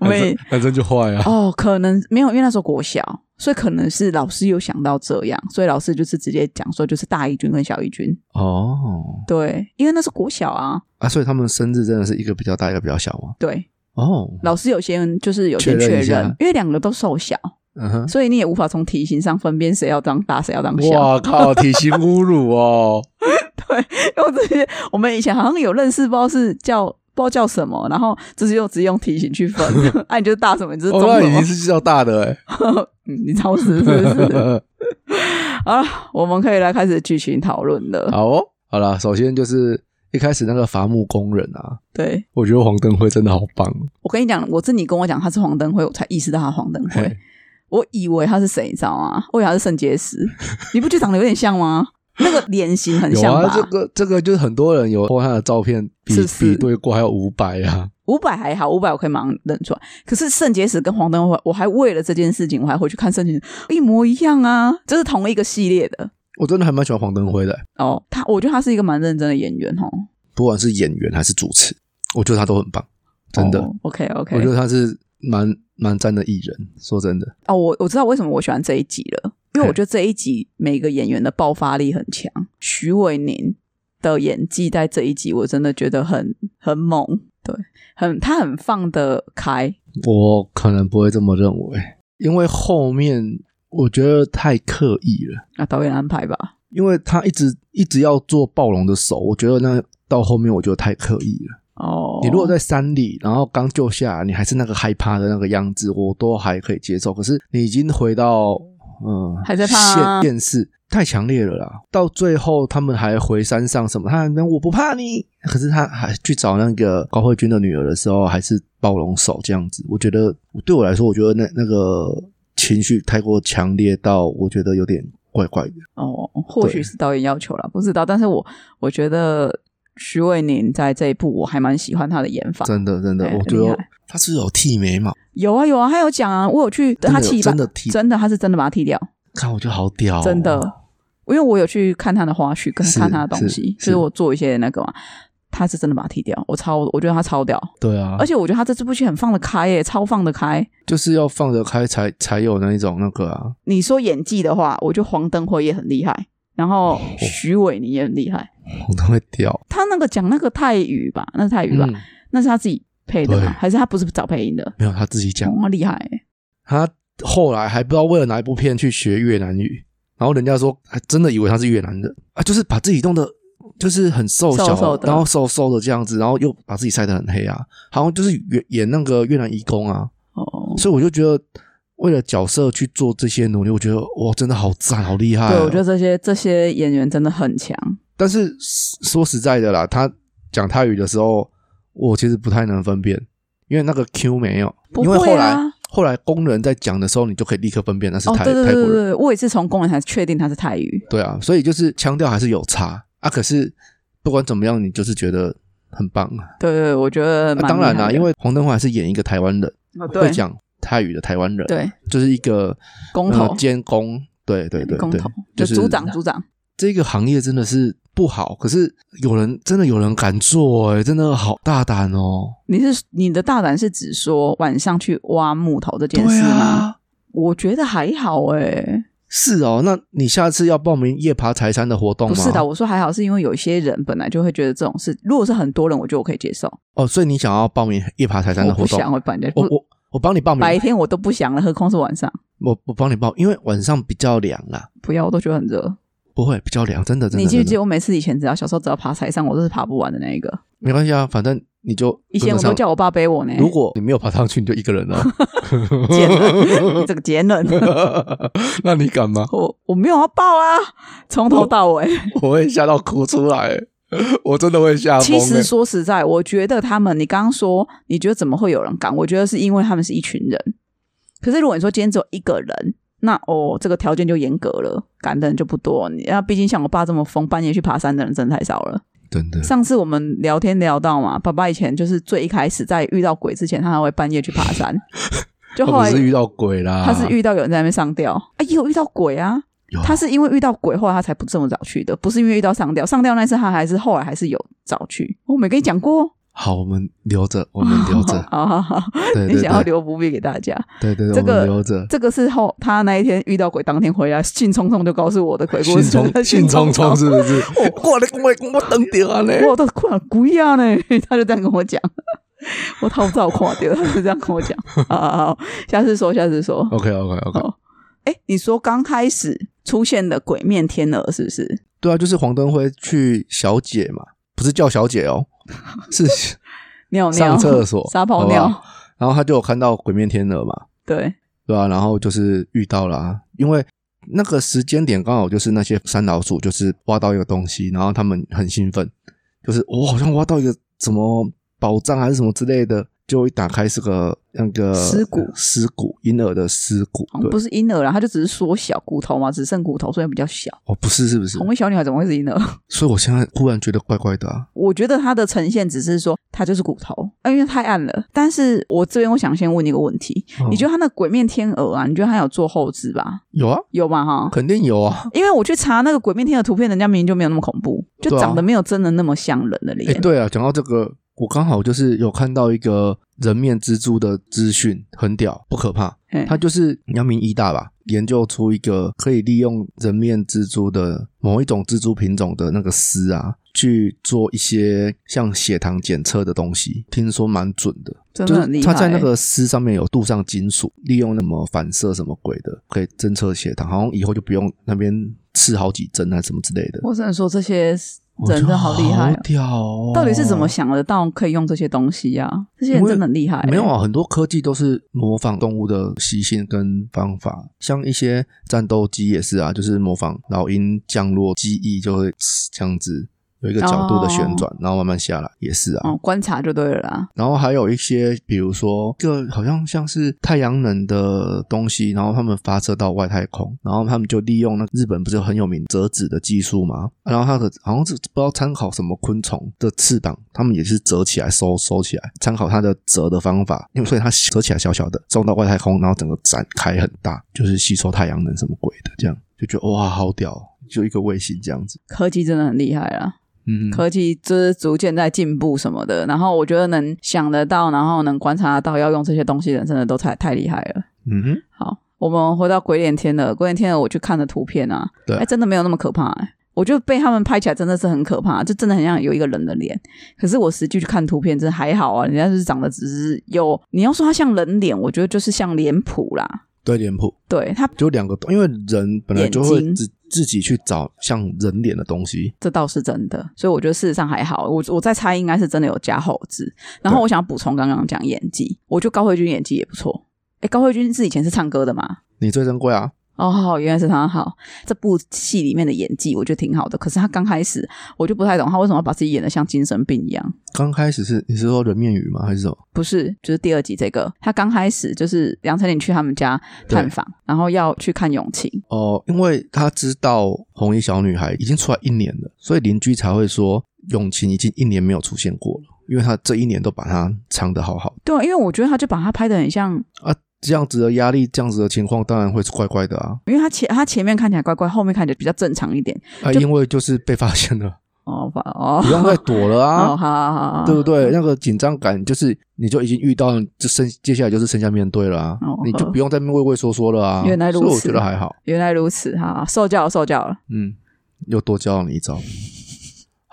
[SPEAKER 2] 我们也
[SPEAKER 1] 那那真就坏 啊，
[SPEAKER 2] 哦，可能没有，因为那时候国小，所以可能是老师有想到这样，所以老师就是直接讲说就是大一军跟小一军，
[SPEAKER 1] 哦
[SPEAKER 2] 对，因为那是国小啊，
[SPEAKER 1] 啊，所以他们生日真的是一个比较大，一个比较小吗？
[SPEAKER 2] 对，
[SPEAKER 1] 哦，
[SPEAKER 2] 老师有些人就是有些
[SPEAKER 1] 确认
[SPEAKER 2] 确
[SPEAKER 1] 一下
[SPEAKER 2] 认，因为两个都瘦小，
[SPEAKER 1] 嗯哼，
[SPEAKER 2] 所以你也无法从体型上分辨谁要当大谁要当小。
[SPEAKER 1] 哇靠，体型侮辱哦，
[SPEAKER 2] 用这些，我们以前好像有认识，不知道是叫不知道叫什么，然后就是用只用体型去 分， 啊，你就是大什么，你就是
[SPEAKER 1] 哦，
[SPEAKER 2] 中什
[SPEAKER 1] 那已
[SPEAKER 2] 么，
[SPEAKER 1] 经是叫大的呃哎、
[SPEAKER 2] 嗯你超时是不是？ 好了，我们可以来开始剧情讨论了。
[SPEAKER 1] 好哦，好啦，首先就是一开始那个伐木工人啊，
[SPEAKER 2] 对
[SPEAKER 1] 我觉得黄灯会真的好棒，
[SPEAKER 2] 我跟你讲，我是你跟我讲他是黄灯会，我才意识到他黄灯会
[SPEAKER 1] 嘿。
[SPEAKER 2] 我以为他是谁，你知道吗？我以为他是肾结石，你不觉得长得有点像吗？那个脸型很
[SPEAKER 1] 有
[SPEAKER 2] 像
[SPEAKER 1] 啊，
[SPEAKER 2] 吧
[SPEAKER 1] 这？个这个就是很多人有 po 他的照片比
[SPEAKER 2] 是不是
[SPEAKER 1] 比对过，还有五百啊，
[SPEAKER 2] 五百、还好，五百我可以马上认出来。可是肾结石跟黄灯会，我还为了这件事情，我还回去看肾结石，一模一样啊，这是同一个系列的
[SPEAKER 1] 我真的还蛮喜欢黄灯辉的、
[SPEAKER 2] 哦。他，我觉得他是一个蛮认真的演员哦，
[SPEAKER 1] 不管是演员还是主持，我觉得他都很棒，真的，
[SPEAKER 2] OK OK，
[SPEAKER 1] 我觉得他是蛮蛮赞的艺人，说真的，
[SPEAKER 2] 哦，我我知道为什么我喜欢这一集了，因为我觉得这一集每个演员的爆发力很强，徐伟宁的演技在这一集我真的觉得很很猛，对，很他很放得开，
[SPEAKER 1] 我可能不会这么认为，因为后面我觉得太刻意了。
[SPEAKER 2] 啊，导演安排吧，
[SPEAKER 1] 因为他一直一直要做暴龙的手，我觉得那到后面我觉得太刻意了。
[SPEAKER 2] 哦，
[SPEAKER 1] 你如果在山里，然后刚救下来，你还是那个害怕的那个样子，我都还可以接受。可是你已经回到嗯、呃，
[SPEAKER 2] 还在怕啊
[SPEAKER 1] 现现世太强烈了啦。到最后他们还回山上什么，他还我不怕你，可是他还去找那个高慧君的女儿的时候，还是暴龙手这样子。我觉得对我来说，我觉得那那个情绪太过强烈到我觉得有点怪怪的。
[SPEAKER 2] 哦，或许
[SPEAKER 1] 对
[SPEAKER 2] 是导演要求了，不知道，但是我我觉得徐伟宁在这一部我还蛮喜欢他的演法，
[SPEAKER 1] 真的真的
[SPEAKER 2] 哎，
[SPEAKER 1] 我
[SPEAKER 2] 很
[SPEAKER 1] 觉
[SPEAKER 2] 厉
[SPEAKER 1] 得
[SPEAKER 2] 害
[SPEAKER 1] 他是不是有剃眉毛，
[SPEAKER 2] 有啊有啊，他有讲啊，我有去
[SPEAKER 1] 真
[SPEAKER 2] 他
[SPEAKER 1] 的有
[SPEAKER 2] 剃吧，
[SPEAKER 1] 真的剃
[SPEAKER 2] 真的他是真的把它剃掉，
[SPEAKER 1] 看我觉得好屌哦、
[SPEAKER 2] 真的，因为我有去看他的花絮，跟
[SPEAKER 1] 是
[SPEAKER 2] 看他的东西，
[SPEAKER 1] 是
[SPEAKER 2] 就是我做一些那个嘛，他是真的把它剃掉，我超，我觉得他超屌，
[SPEAKER 1] 对啊，
[SPEAKER 2] 而且我觉得他这部戏很放得开耶，超放得开。
[SPEAKER 1] 就是要放得开才才有那一种那个啊，
[SPEAKER 2] 你说演技的话，我觉得黄登辉也很厉害，然
[SPEAKER 1] 哦
[SPEAKER 2] 后徐伟宁也很厉害，
[SPEAKER 1] 我都会屌，
[SPEAKER 2] 他那个讲那个泰语吧，那是泰语吧，
[SPEAKER 1] 嗯，
[SPEAKER 2] 那是他自己配的
[SPEAKER 1] 对
[SPEAKER 2] 吗？还是他不是找配音的？
[SPEAKER 1] 没有他自己讲
[SPEAKER 2] 哦，，他厉害耶，
[SPEAKER 1] 他后来还不知道为了哪一部片去学越南语，然后人家说还真的以为他是越南人啊，就是把自己弄得就是很瘦小，
[SPEAKER 2] 瘦瘦的
[SPEAKER 1] 然后瘦瘦的这样子，然后又把自己晒得很黑啊，好像就是演演那个越南移工啊，
[SPEAKER 2] 哦。
[SPEAKER 1] 所以我就觉得。为了角色去做这些努力，我觉得哇，真的好赞，好厉害、
[SPEAKER 2] 对，我觉得这些这些演员真的很强，
[SPEAKER 1] 但是说实在的啦，他讲泰语的时候，我其实不太能分辨，因因为那个 Q 没有，
[SPEAKER 2] 不
[SPEAKER 1] 因为
[SPEAKER 2] 会
[SPEAKER 1] 后来
[SPEAKER 2] 啊
[SPEAKER 1] 后来工人在讲的时候，你就可以立刻分辨那是
[SPEAKER 2] 哦，
[SPEAKER 1] 泰、
[SPEAKER 2] 对对
[SPEAKER 1] 泰
[SPEAKER 2] 对
[SPEAKER 1] 国
[SPEAKER 2] 对
[SPEAKER 1] 人，
[SPEAKER 2] 对，我也是从工人才确定他是泰语。
[SPEAKER 1] 对啊，所以就是腔调还是有差啊。可是不管怎么样，你就是觉得很棒啊。
[SPEAKER 2] 对对，对我觉得
[SPEAKER 1] 那、
[SPEAKER 2] 蛮
[SPEAKER 1] 啊当然啦、
[SPEAKER 2] 厉害的
[SPEAKER 1] 因为黄登华是演一个台湾人，
[SPEAKER 2] 哦
[SPEAKER 1] 会
[SPEAKER 2] 对
[SPEAKER 1] 讲泰语的台湾人，
[SPEAKER 2] 对
[SPEAKER 1] 就是一个
[SPEAKER 2] 工
[SPEAKER 1] 呃
[SPEAKER 2] 头
[SPEAKER 1] 监工，对对对
[SPEAKER 2] 工
[SPEAKER 1] 对
[SPEAKER 2] 头，
[SPEAKER 1] 就是
[SPEAKER 2] 组长组长，
[SPEAKER 1] 这个行业真的是不好，可是有人真的有人敢做、欸，真的好大胆哦。
[SPEAKER 2] 你是你的大胆是指说晚上去挖木头这件
[SPEAKER 1] 对
[SPEAKER 2] 事吗？
[SPEAKER 1] 啊，
[SPEAKER 2] 我觉得还好哎、
[SPEAKER 1] 是哦。那你下次要报名夜爬柴山的活动
[SPEAKER 2] 不
[SPEAKER 1] 吗？
[SPEAKER 2] 是的，我说还好，是因为有一些人本来就会觉得这种事，如果是很多人，我觉得我可以接受。
[SPEAKER 1] 哦，所以你想要报名夜爬柴山的
[SPEAKER 2] 我
[SPEAKER 1] 活
[SPEAKER 2] 不想
[SPEAKER 1] 动？
[SPEAKER 2] 会把人家
[SPEAKER 1] 我我我帮你报名，
[SPEAKER 2] 白天我都不想了，何况是晚上？
[SPEAKER 1] 我我帮你报，因为晚上比较凉啦。
[SPEAKER 2] 不要，我都觉得很热。
[SPEAKER 1] 不会，比较凉，真的真的。
[SPEAKER 2] 你记
[SPEAKER 1] 真
[SPEAKER 2] 不
[SPEAKER 1] 的
[SPEAKER 2] 记得我每次以前只要小时候只要爬台上，我都是爬不完的那一个。
[SPEAKER 1] 没关系啊，反正你就
[SPEAKER 2] 以前
[SPEAKER 1] 跟
[SPEAKER 2] 我
[SPEAKER 1] 得上
[SPEAKER 2] 都叫我爸背我呢，
[SPEAKER 1] 如果你没有爬上去，你就一个人了。
[SPEAKER 2] 贱啊 人，你这个贱人，
[SPEAKER 1] 那你敢吗？
[SPEAKER 2] 我我没有要抱啊，从头到尾。
[SPEAKER 1] 我会吓到哭出来，我真的会吓疯欸。
[SPEAKER 2] 其实说实在，我觉得他们，你刚刚说你觉得怎么会有人敢？我觉得是因为他们是一群人。可是如果你说今天只有一个人，那哦，这个条件就严格了，敢的人就不多。你那毕竟像我爸这么疯，半夜去爬山的人真的太少了。
[SPEAKER 1] 真的
[SPEAKER 2] 上次我们聊天聊到嘛，爸爸以前就是最一开始在遇到鬼之前，他还会半夜去爬山，就后
[SPEAKER 1] 他
[SPEAKER 2] 来
[SPEAKER 1] 哦不是遇到啊鬼啦，
[SPEAKER 2] 他是遇到有人在那边上吊，啊，也有遇到鬼啊。
[SPEAKER 1] 有
[SPEAKER 2] 他是因为遇到鬼，后来他才不这么早去的，不是因为遇到上吊。上吊那次他还是后来还是有早去。哦我没跟你讲过，
[SPEAKER 1] 好，我们留着，我们留着，
[SPEAKER 2] 好好好，
[SPEAKER 1] 嗯对
[SPEAKER 2] 你
[SPEAKER 1] 对
[SPEAKER 2] 想要
[SPEAKER 1] 对，
[SPEAKER 2] 留伏笔给大家。
[SPEAKER 1] 对对对，
[SPEAKER 2] 这
[SPEAKER 1] 我
[SPEAKER 2] 个
[SPEAKER 1] 们留着。
[SPEAKER 2] 这个是后他那一天遇到鬼，当天回来兴冲冲就告诉我的鬼故
[SPEAKER 1] 兴
[SPEAKER 2] 事，
[SPEAKER 1] 冲兴冲冲是不是？我过来，我我等掉啊嘞！
[SPEAKER 2] 我都看鬼啊呢，他就这样跟我讲，我头照看掉，他就这样跟我 讲，好好好，下次说，下次说。
[SPEAKER 1] OK OK OK，
[SPEAKER 2] 好哎、你说刚开始出现的鬼面天鹅是不是？
[SPEAKER 1] 对啊，就是黄登辉去小姐嘛，不是叫小姐哦，是
[SPEAKER 2] 尿尿
[SPEAKER 1] 上厕所
[SPEAKER 2] 撒泡
[SPEAKER 1] 好不
[SPEAKER 2] 尿，
[SPEAKER 1] 然后他就有看到鬼面天鹅嘛，
[SPEAKER 2] 对，
[SPEAKER 1] 对啊吧、然后就是遇到了、啊，因为那个时间点刚好就是那些山老鼠就是挖到一个东西，然后他们很兴奋，就是我、好像挖到一个什么宝藏还是什么之类的，就一打开是个那个
[SPEAKER 2] 尸骨
[SPEAKER 1] 尸骨，婴儿的尸骨，
[SPEAKER 2] 好
[SPEAKER 1] 对，
[SPEAKER 2] 像不是婴儿啦，它就只是缩小骨头嘛，只剩骨头，所以比较小。
[SPEAKER 1] 哦，不是，是不是？
[SPEAKER 2] 红衣小女孩怎么会是婴儿？
[SPEAKER 1] 所以我现在忽然觉得怪怪的啊，
[SPEAKER 2] 我觉得它的呈现只是说它就是骨头，啊因为太暗了。但是我这边我想先问你一个问题，
[SPEAKER 1] 嗯
[SPEAKER 2] 你觉得它那鬼面天鹅啊，你觉得它有做后置吧？
[SPEAKER 1] 有啊，
[SPEAKER 2] 有吧哈？
[SPEAKER 1] 肯定有啊，
[SPEAKER 2] 因为我去查那个鬼面天鹅图片，人家明明就没有那么恐怖，就
[SPEAKER 1] 对啊
[SPEAKER 2] 长得没有真的那么像人的
[SPEAKER 1] 哎、
[SPEAKER 2] 脸。
[SPEAKER 1] 对啊，讲到这个，我刚好就是有看到一个人面蜘蛛的资讯，很屌，不可怕。
[SPEAKER 2] 嘿
[SPEAKER 1] 它就是阳明医大吧，研究出一个可以利用人面蜘蛛的某一种蜘蛛品种的那个丝啊，去做一些像血糖检测的东西，听说蛮准的。
[SPEAKER 2] 真
[SPEAKER 1] 就
[SPEAKER 2] 的很厉
[SPEAKER 1] 是
[SPEAKER 2] 害、
[SPEAKER 1] 它
[SPEAKER 2] 欸
[SPEAKER 1] 在那个丝上面有镀上金属，利用那么反射什么鬼的，可以侦测血糖，好像以后就不用那边刺好几针啊什么之类的。
[SPEAKER 2] 我只能说这些人
[SPEAKER 1] 我觉
[SPEAKER 2] 真
[SPEAKER 1] 得
[SPEAKER 2] 的好厉害、哦，
[SPEAKER 1] 屌哦！
[SPEAKER 2] 到底是怎么想得到可以用这些东西呀、啊？这些人真的很厉害、欸
[SPEAKER 1] 没有啊，很多科技都是模仿动物的习性跟方法，像一些战斗机也是啊，就是模仿老鹰降落机翼就会这样子有一个角度的旋转，然后慢慢下来也是啊。
[SPEAKER 2] 哦，观察就对了啦。
[SPEAKER 1] 然后还有一些，比如说一个好像像是太阳能的东西，然后他们发射到外太空，然后他们就利用那日本不是很有名折纸的技术吗？然后它的好像是不知道参考什么昆虫的翅膀，他们也是折起来收收起来，参考它的折的方法，因为所以它折起来小小的，送到外太空，然后整个展开很大，就是吸收太阳能什么鬼的，这样就觉得哇好屌哦，就一个卫星这样子，
[SPEAKER 2] 科技真的很厉害啦，
[SPEAKER 1] 嗯，
[SPEAKER 2] 科技就是逐渐在进步什么的。然后我觉得能想得到，然后能观察得到要用这些东西的人，真的都太太厉害了。
[SPEAKER 1] 嗯哼，
[SPEAKER 2] 好，我们回到鬼脸天鹅，鬼脸天鹅我去看的图片啊，
[SPEAKER 1] 对
[SPEAKER 2] 哎，真的没有那么可怕、哎我觉得被他们拍起来真的是很可怕，就真的很像有一个人的脸。可是我实际去看图片，真的还好啊，人家就是长得只是有，你要说它像人脸，我觉得就是像脸谱啦。
[SPEAKER 1] 对脸谱。
[SPEAKER 2] 对，它
[SPEAKER 1] 就两个洞，因为人本来就会
[SPEAKER 2] 眼睛
[SPEAKER 1] 自自己去找像人脸的东西。
[SPEAKER 2] 这倒是真的，所以我觉得事实上还好。我我在猜，应该是真的有加后置。然后
[SPEAKER 1] 对
[SPEAKER 2] 我想补充刚刚讲演技，我觉得高慧君演技也不错。哎，高慧君是以前是唱歌的嘛？
[SPEAKER 1] 你最珍贵啊！
[SPEAKER 2] 哦，好，原来是他好。这部戏里面的演技我觉得挺好的，可是他刚开始我就不太懂他为什么要把自己演的像精神病一样。
[SPEAKER 1] 刚开始是你是说人面鱼吗？还是什么？
[SPEAKER 2] 不是，就是第二集这个，他刚开始就是杨丞琳去他们家
[SPEAKER 1] 对
[SPEAKER 2] 探访，然后要去看永晴，
[SPEAKER 1] 哦，因为他知道红衣小女孩已经出来一年了，所以邻居才会说永晴已经一年没有出现过了，因为他这一年都把她藏得好好
[SPEAKER 2] 对、啊，因为我觉得他就把他拍的很像，
[SPEAKER 1] 的啊。这样子的压力，这样子的情况，当然会是怪怪的啊
[SPEAKER 2] 因为他前他前面看起来怪怪，后面看起来比较正常一点。
[SPEAKER 1] 啊，因为就是被发现了，
[SPEAKER 2] 哦，反哦，
[SPEAKER 1] 不用再躲了
[SPEAKER 2] 哦，好
[SPEAKER 1] 啊，
[SPEAKER 2] 好好好，
[SPEAKER 1] 对不对？那个紧张感就是你就已经遇到，就剩接下来就是剩下面对了啊
[SPEAKER 2] 哦，
[SPEAKER 1] 你就
[SPEAKER 2] 呵
[SPEAKER 1] 不用再畏畏缩缩了啊。
[SPEAKER 2] 原来如
[SPEAKER 1] 所以我
[SPEAKER 2] 此
[SPEAKER 1] 觉得还好。
[SPEAKER 2] 原来如此哈，受教了受教了。
[SPEAKER 1] 嗯，又多教了你一招。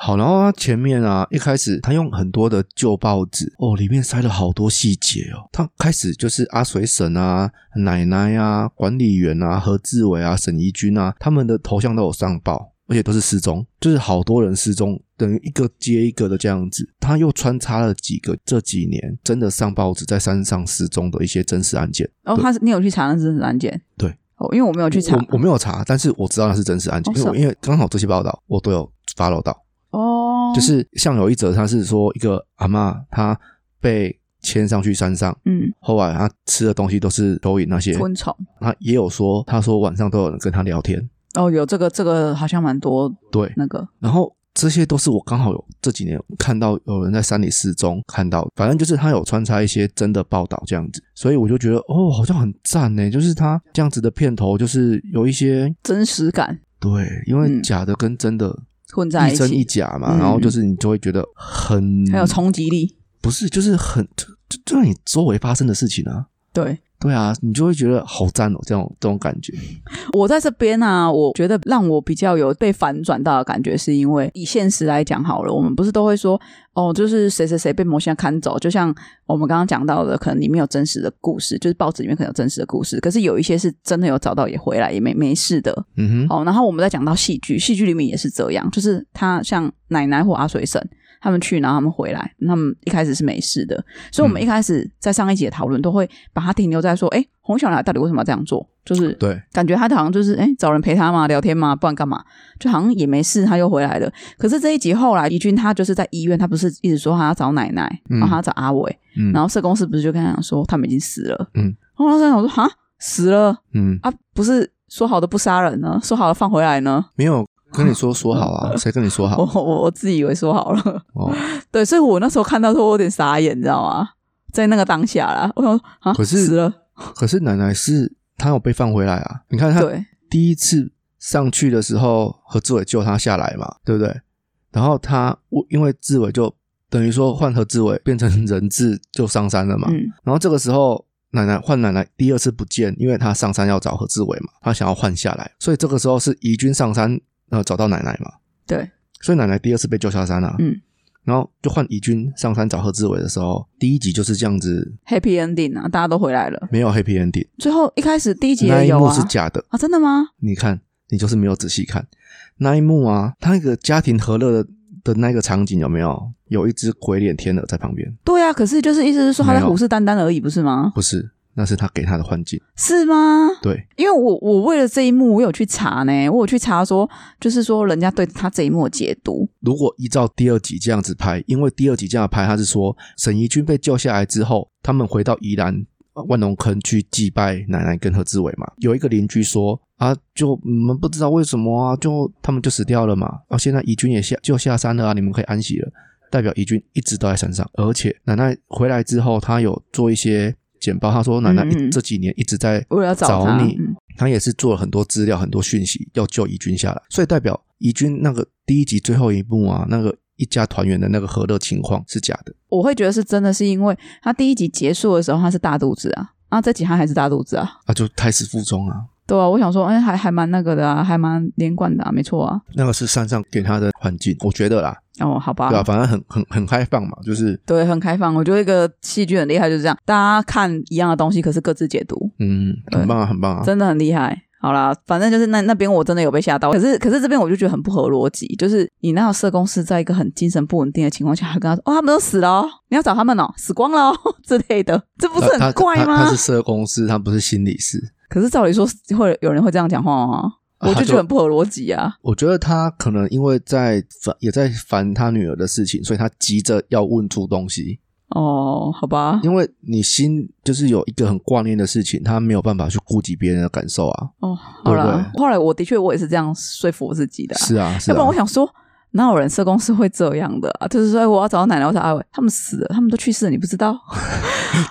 [SPEAKER 1] 好，然后他前面啊，一开始他用很多的旧报纸哦，里面塞了好多细节哦。他开始就是阿水婶啊、奶奶啊、管理员啊、何志伟啊、沈怡君啊，他们的头像都有上报，而且都是失踪，就是好多人失踪，等于一个接一个的这样子。他又穿插了几个这几年真的上报纸在山上失踪的一些真实案件。
[SPEAKER 2] 然哦后他是你有去查那是案件？
[SPEAKER 1] 对，
[SPEAKER 2] 哦，因为我没有去查
[SPEAKER 1] 我我没有查，但是我知道那是真实案件，
[SPEAKER 2] 哦
[SPEAKER 1] 因为我
[SPEAKER 2] 是
[SPEAKER 1] 因为刚好这些报道我都有 follow 到。
[SPEAKER 2] 哦，
[SPEAKER 1] 就是像有一则，他是说一个阿嬷她被牵上去山上，
[SPEAKER 2] 嗯，
[SPEAKER 1] 后来她吃的东西都是蚯蚓那些，
[SPEAKER 2] 昆虫
[SPEAKER 1] 她也有说，她说晚上都有人跟她聊天，
[SPEAKER 2] 哦，有这个这个好像蛮多
[SPEAKER 1] 对，
[SPEAKER 2] 那个
[SPEAKER 1] 然后这些都是我刚好有这几年看到有人在山里失踪看到的，反正就是他有穿插一些真的报道这样子，所以我就觉得哦，好像很赞呢，就是他这样子的片头就是有一些
[SPEAKER 2] 真实感
[SPEAKER 1] 对，因为
[SPEAKER 2] 嗯
[SPEAKER 1] 假的跟真的
[SPEAKER 2] 混在
[SPEAKER 1] 一
[SPEAKER 2] 一
[SPEAKER 1] 真一
[SPEAKER 2] 起，
[SPEAKER 1] 假嘛，
[SPEAKER 2] 嗯
[SPEAKER 1] 然后就是你就会觉得很
[SPEAKER 2] 很有冲击力。
[SPEAKER 1] 不是，就是很就就就在你周围发生的事情啊。
[SPEAKER 2] 对
[SPEAKER 1] 对啊，你就会觉得好赞哦，这种这种感觉。
[SPEAKER 2] 我在这边啊，我觉得让我比较有被反转到的感觉，是因为以现实来讲好了，我们不是都会说哦，就是谁谁谁被魔仙看走，就像我们刚刚讲到的，可能里面有真实的故事，就是报纸里面可能有真实的故事，可是有一些是真的有找到也回来，也没没事的。
[SPEAKER 1] 嗯哼，
[SPEAKER 2] 哦，然后我们再讲到戏剧，戏剧里面也是这样，就是他像奶奶或阿水婶，他们去，然后他们回来，他们一开始是没事的，所以我
[SPEAKER 1] 嗯
[SPEAKER 2] 们一开始在上一节讨论都会把它停留在说，哎、红小奶到底为什么要这样做？就是
[SPEAKER 1] 对，
[SPEAKER 2] 感觉他好像就是哎、诶找人陪他嘛，聊天嘛，不然干嘛？就好像也没事，他又回来了。可是这一集后来，怡君他就是在医院，他不是一直说他要找奶奶，
[SPEAKER 1] 嗯
[SPEAKER 2] 然后他要找阿伟，
[SPEAKER 1] 嗯
[SPEAKER 2] 然后社工是不是就跟他讲说他们已经死了？
[SPEAKER 1] 嗯，
[SPEAKER 2] 然后他想说哈死了
[SPEAKER 1] 嗯，
[SPEAKER 2] 啊，不是说好的不杀人呢，说好了放回来呢？
[SPEAKER 1] 没有跟你说说好 啊，谁跟你说
[SPEAKER 2] 我
[SPEAKER 1] 好？
[SPEAKER 2] 我我自己以为说好了，
[SPEAKER 1] 哦，
[SPEAKER 2] 对，所以我那时候看到说我有点傻眼，你知道吗？在那个当下啦，我想说啊，
[SPEAKER 1] 可是
[SPEAKER 2] 死了，
[SPEAKER 1] 可是奶奶是她有被放回来啊。你看她
[SPEAKER 2] 对，
[SPEAKER 1] 第一次上去的时候，何志伟救她下来嘛，对不对？然后她我因为志伟就等于说换何志伟变成人质就上山了嘛，
[SPEAKER 2] 嗯
[SPEAKER 1] 然后这个时候，奶奶换奶奶第二次不见，因为她上山要找何志伟嘛，她想要换下来，所以这个时候是怡君上山，呃，找到奶奶嘛，
[SPEAKER 2] 对，
[SPEAKER 1] 所以奶奶第二次被救下山了、啊
[SPEAKER 2] 嗯，
[SPEAKER 1] 然后就换怡君上山找何志伟的时候，第一集就是这样子，
[SPEAKER 2] ，Happy Ending 啊，大家都回来了。
[SPEAKER 1] 没有 happy ending，、
[SPEAKER 2] 最后一开始第一集
[SPEAKER 1] 那
[SPEAKER 2] 也
[SPEAKER 1] 一
[SPEAKER 2] 有
[SPEAKER 1] 幕
[SPEAKER 2] 啊
[SPEAKER 1] 是假的，
[SPEAKER 2] 啊，真的吗？
[SPEAKER 1] 你看，你就是没有仔细看那一幕啊，他那个家庭和乐的的那个场景有没有？有一只鬼脸天鹅在旁边，
[SPEAKER 2] 对啊，可是就是意思是说他在
[SPEAKER 1] 没有
[SPEAKER 2] 虎视眈眈而已，不是吗？
[SPEAKER 1] 不是，那是他给他的幻境，
[SPEAKER 2] 是吗？
[SPEAKER 1] 对，
[SPEAKER 2] 因为我我为了这一幕，我有去查呢，我有去查说，就是说人家对他这一幕的解读，
[SPEAKER 1] 如果依照第二集这样子拍，因为第二集这样拍，他是说沈怡君被救下来之后，他们回到宜兰呃万隆坑去祭拜奶奶跟何志伟嘛。有一个邻居说啊，就你们不知道为什么啊，就他们就死掉了嘛。啊，现在怡君也下就下山了啊，你们可以安息了。代表怡君一直都在山上，而且奶奶回来之后，她有做一些简报，她说奶奶一
[SPEAKER 2] 嗯嗯
[SPEAKER 1] 这几年一直在
[SPEAKER 2] 为了要
[SPEAKER 1] 找
[SPEAKER 2] 他，
[SPEAKER 1] 你
[SPEAKER 2] 嗯
[SPEAKER 1] 他也是做了很多资料、很多讯息，要救怡君下来，所以代表怡君那个第一集最后一幕啊，那个一家团圆的那个和乐情况是假的。
[SPEAKER 2] 我会觉得是真的，是因为他第一集结束的时候他是大肚子啊，啊，这集他还是大肚子啊，
[SPEAKER 1] 啊，就胎死腹中啊，
[SPEAKER 2] 对啊，我想说，哎，还还蛮那个的啊，还蛮连贯的啊，没错啊，
[SPEAKER 1] 那个是山上给他的环境，我觉得啦，
[SPEAKER 2] 哦，好吧，
[SPEAKER 1] 对啊吧、反正很很很开放嘛，就是
[SPEAKER 2] 对，很开放，我觉得一个戏剧很厉害，就是这样，大家看一样的东西，可是各自解读，
[SPEAKER 1] 嗯，很棒啊，很棒啊。
[SPEAKER 2] 真的很厉害。好啦，反正就是那那边我真的有被吓到，可是可是这边我就觉得很不合逻辑，就是你那有社工是在一个很精神不稳定的情况下，还跟他说哦他们都死了、哦，你要找 他们哦，死光了、哦、之类的，这不是
[SPEAKER 1] 他
[SPEAKER 2] 很怪
[SPEAKER 1] 他他
[SPEAKER 2] 吗
[SPEAKER 1] 他是？社工师，他不是心理师。
[SPEAKER 2] 可是照理说会有人会这样讲话吗？
[SPEAKER 1] 啊
[SPEAKER 2] 我就觉
[SPEAKER 1] 就
[SPEAKER 2] 得很不合逻辑啊。
[SPEAKER 1] 我觉得他可能因为在烦，也在烦他女儿的事情，所以他急着要问出东西。
[SPEAKER 2] 哦，好吧，
[SPEAKER 1] 因为你心就是有一个很挂念的事情，他没有办法去顾及别人的感受啊。
[SPEAKER 2] 哦，好
[SPEAKER 1] 对
[SPEAKER 2] 啦
[SPEAKER 1] 不，
[SPEAKER 2] 后来我的确我也是这样说服我自己的、啊，
[SPEAKER 1] 是啊，是
[SPEAKER 2] 要不然
[SPEAKER 1] 啊
[SPEAKER 2] 我，想说。哪有人社工是会这样的啊？就是说，哎我要找到奶奶，我找阿伟，他们死了，他们都去世了，你不知道？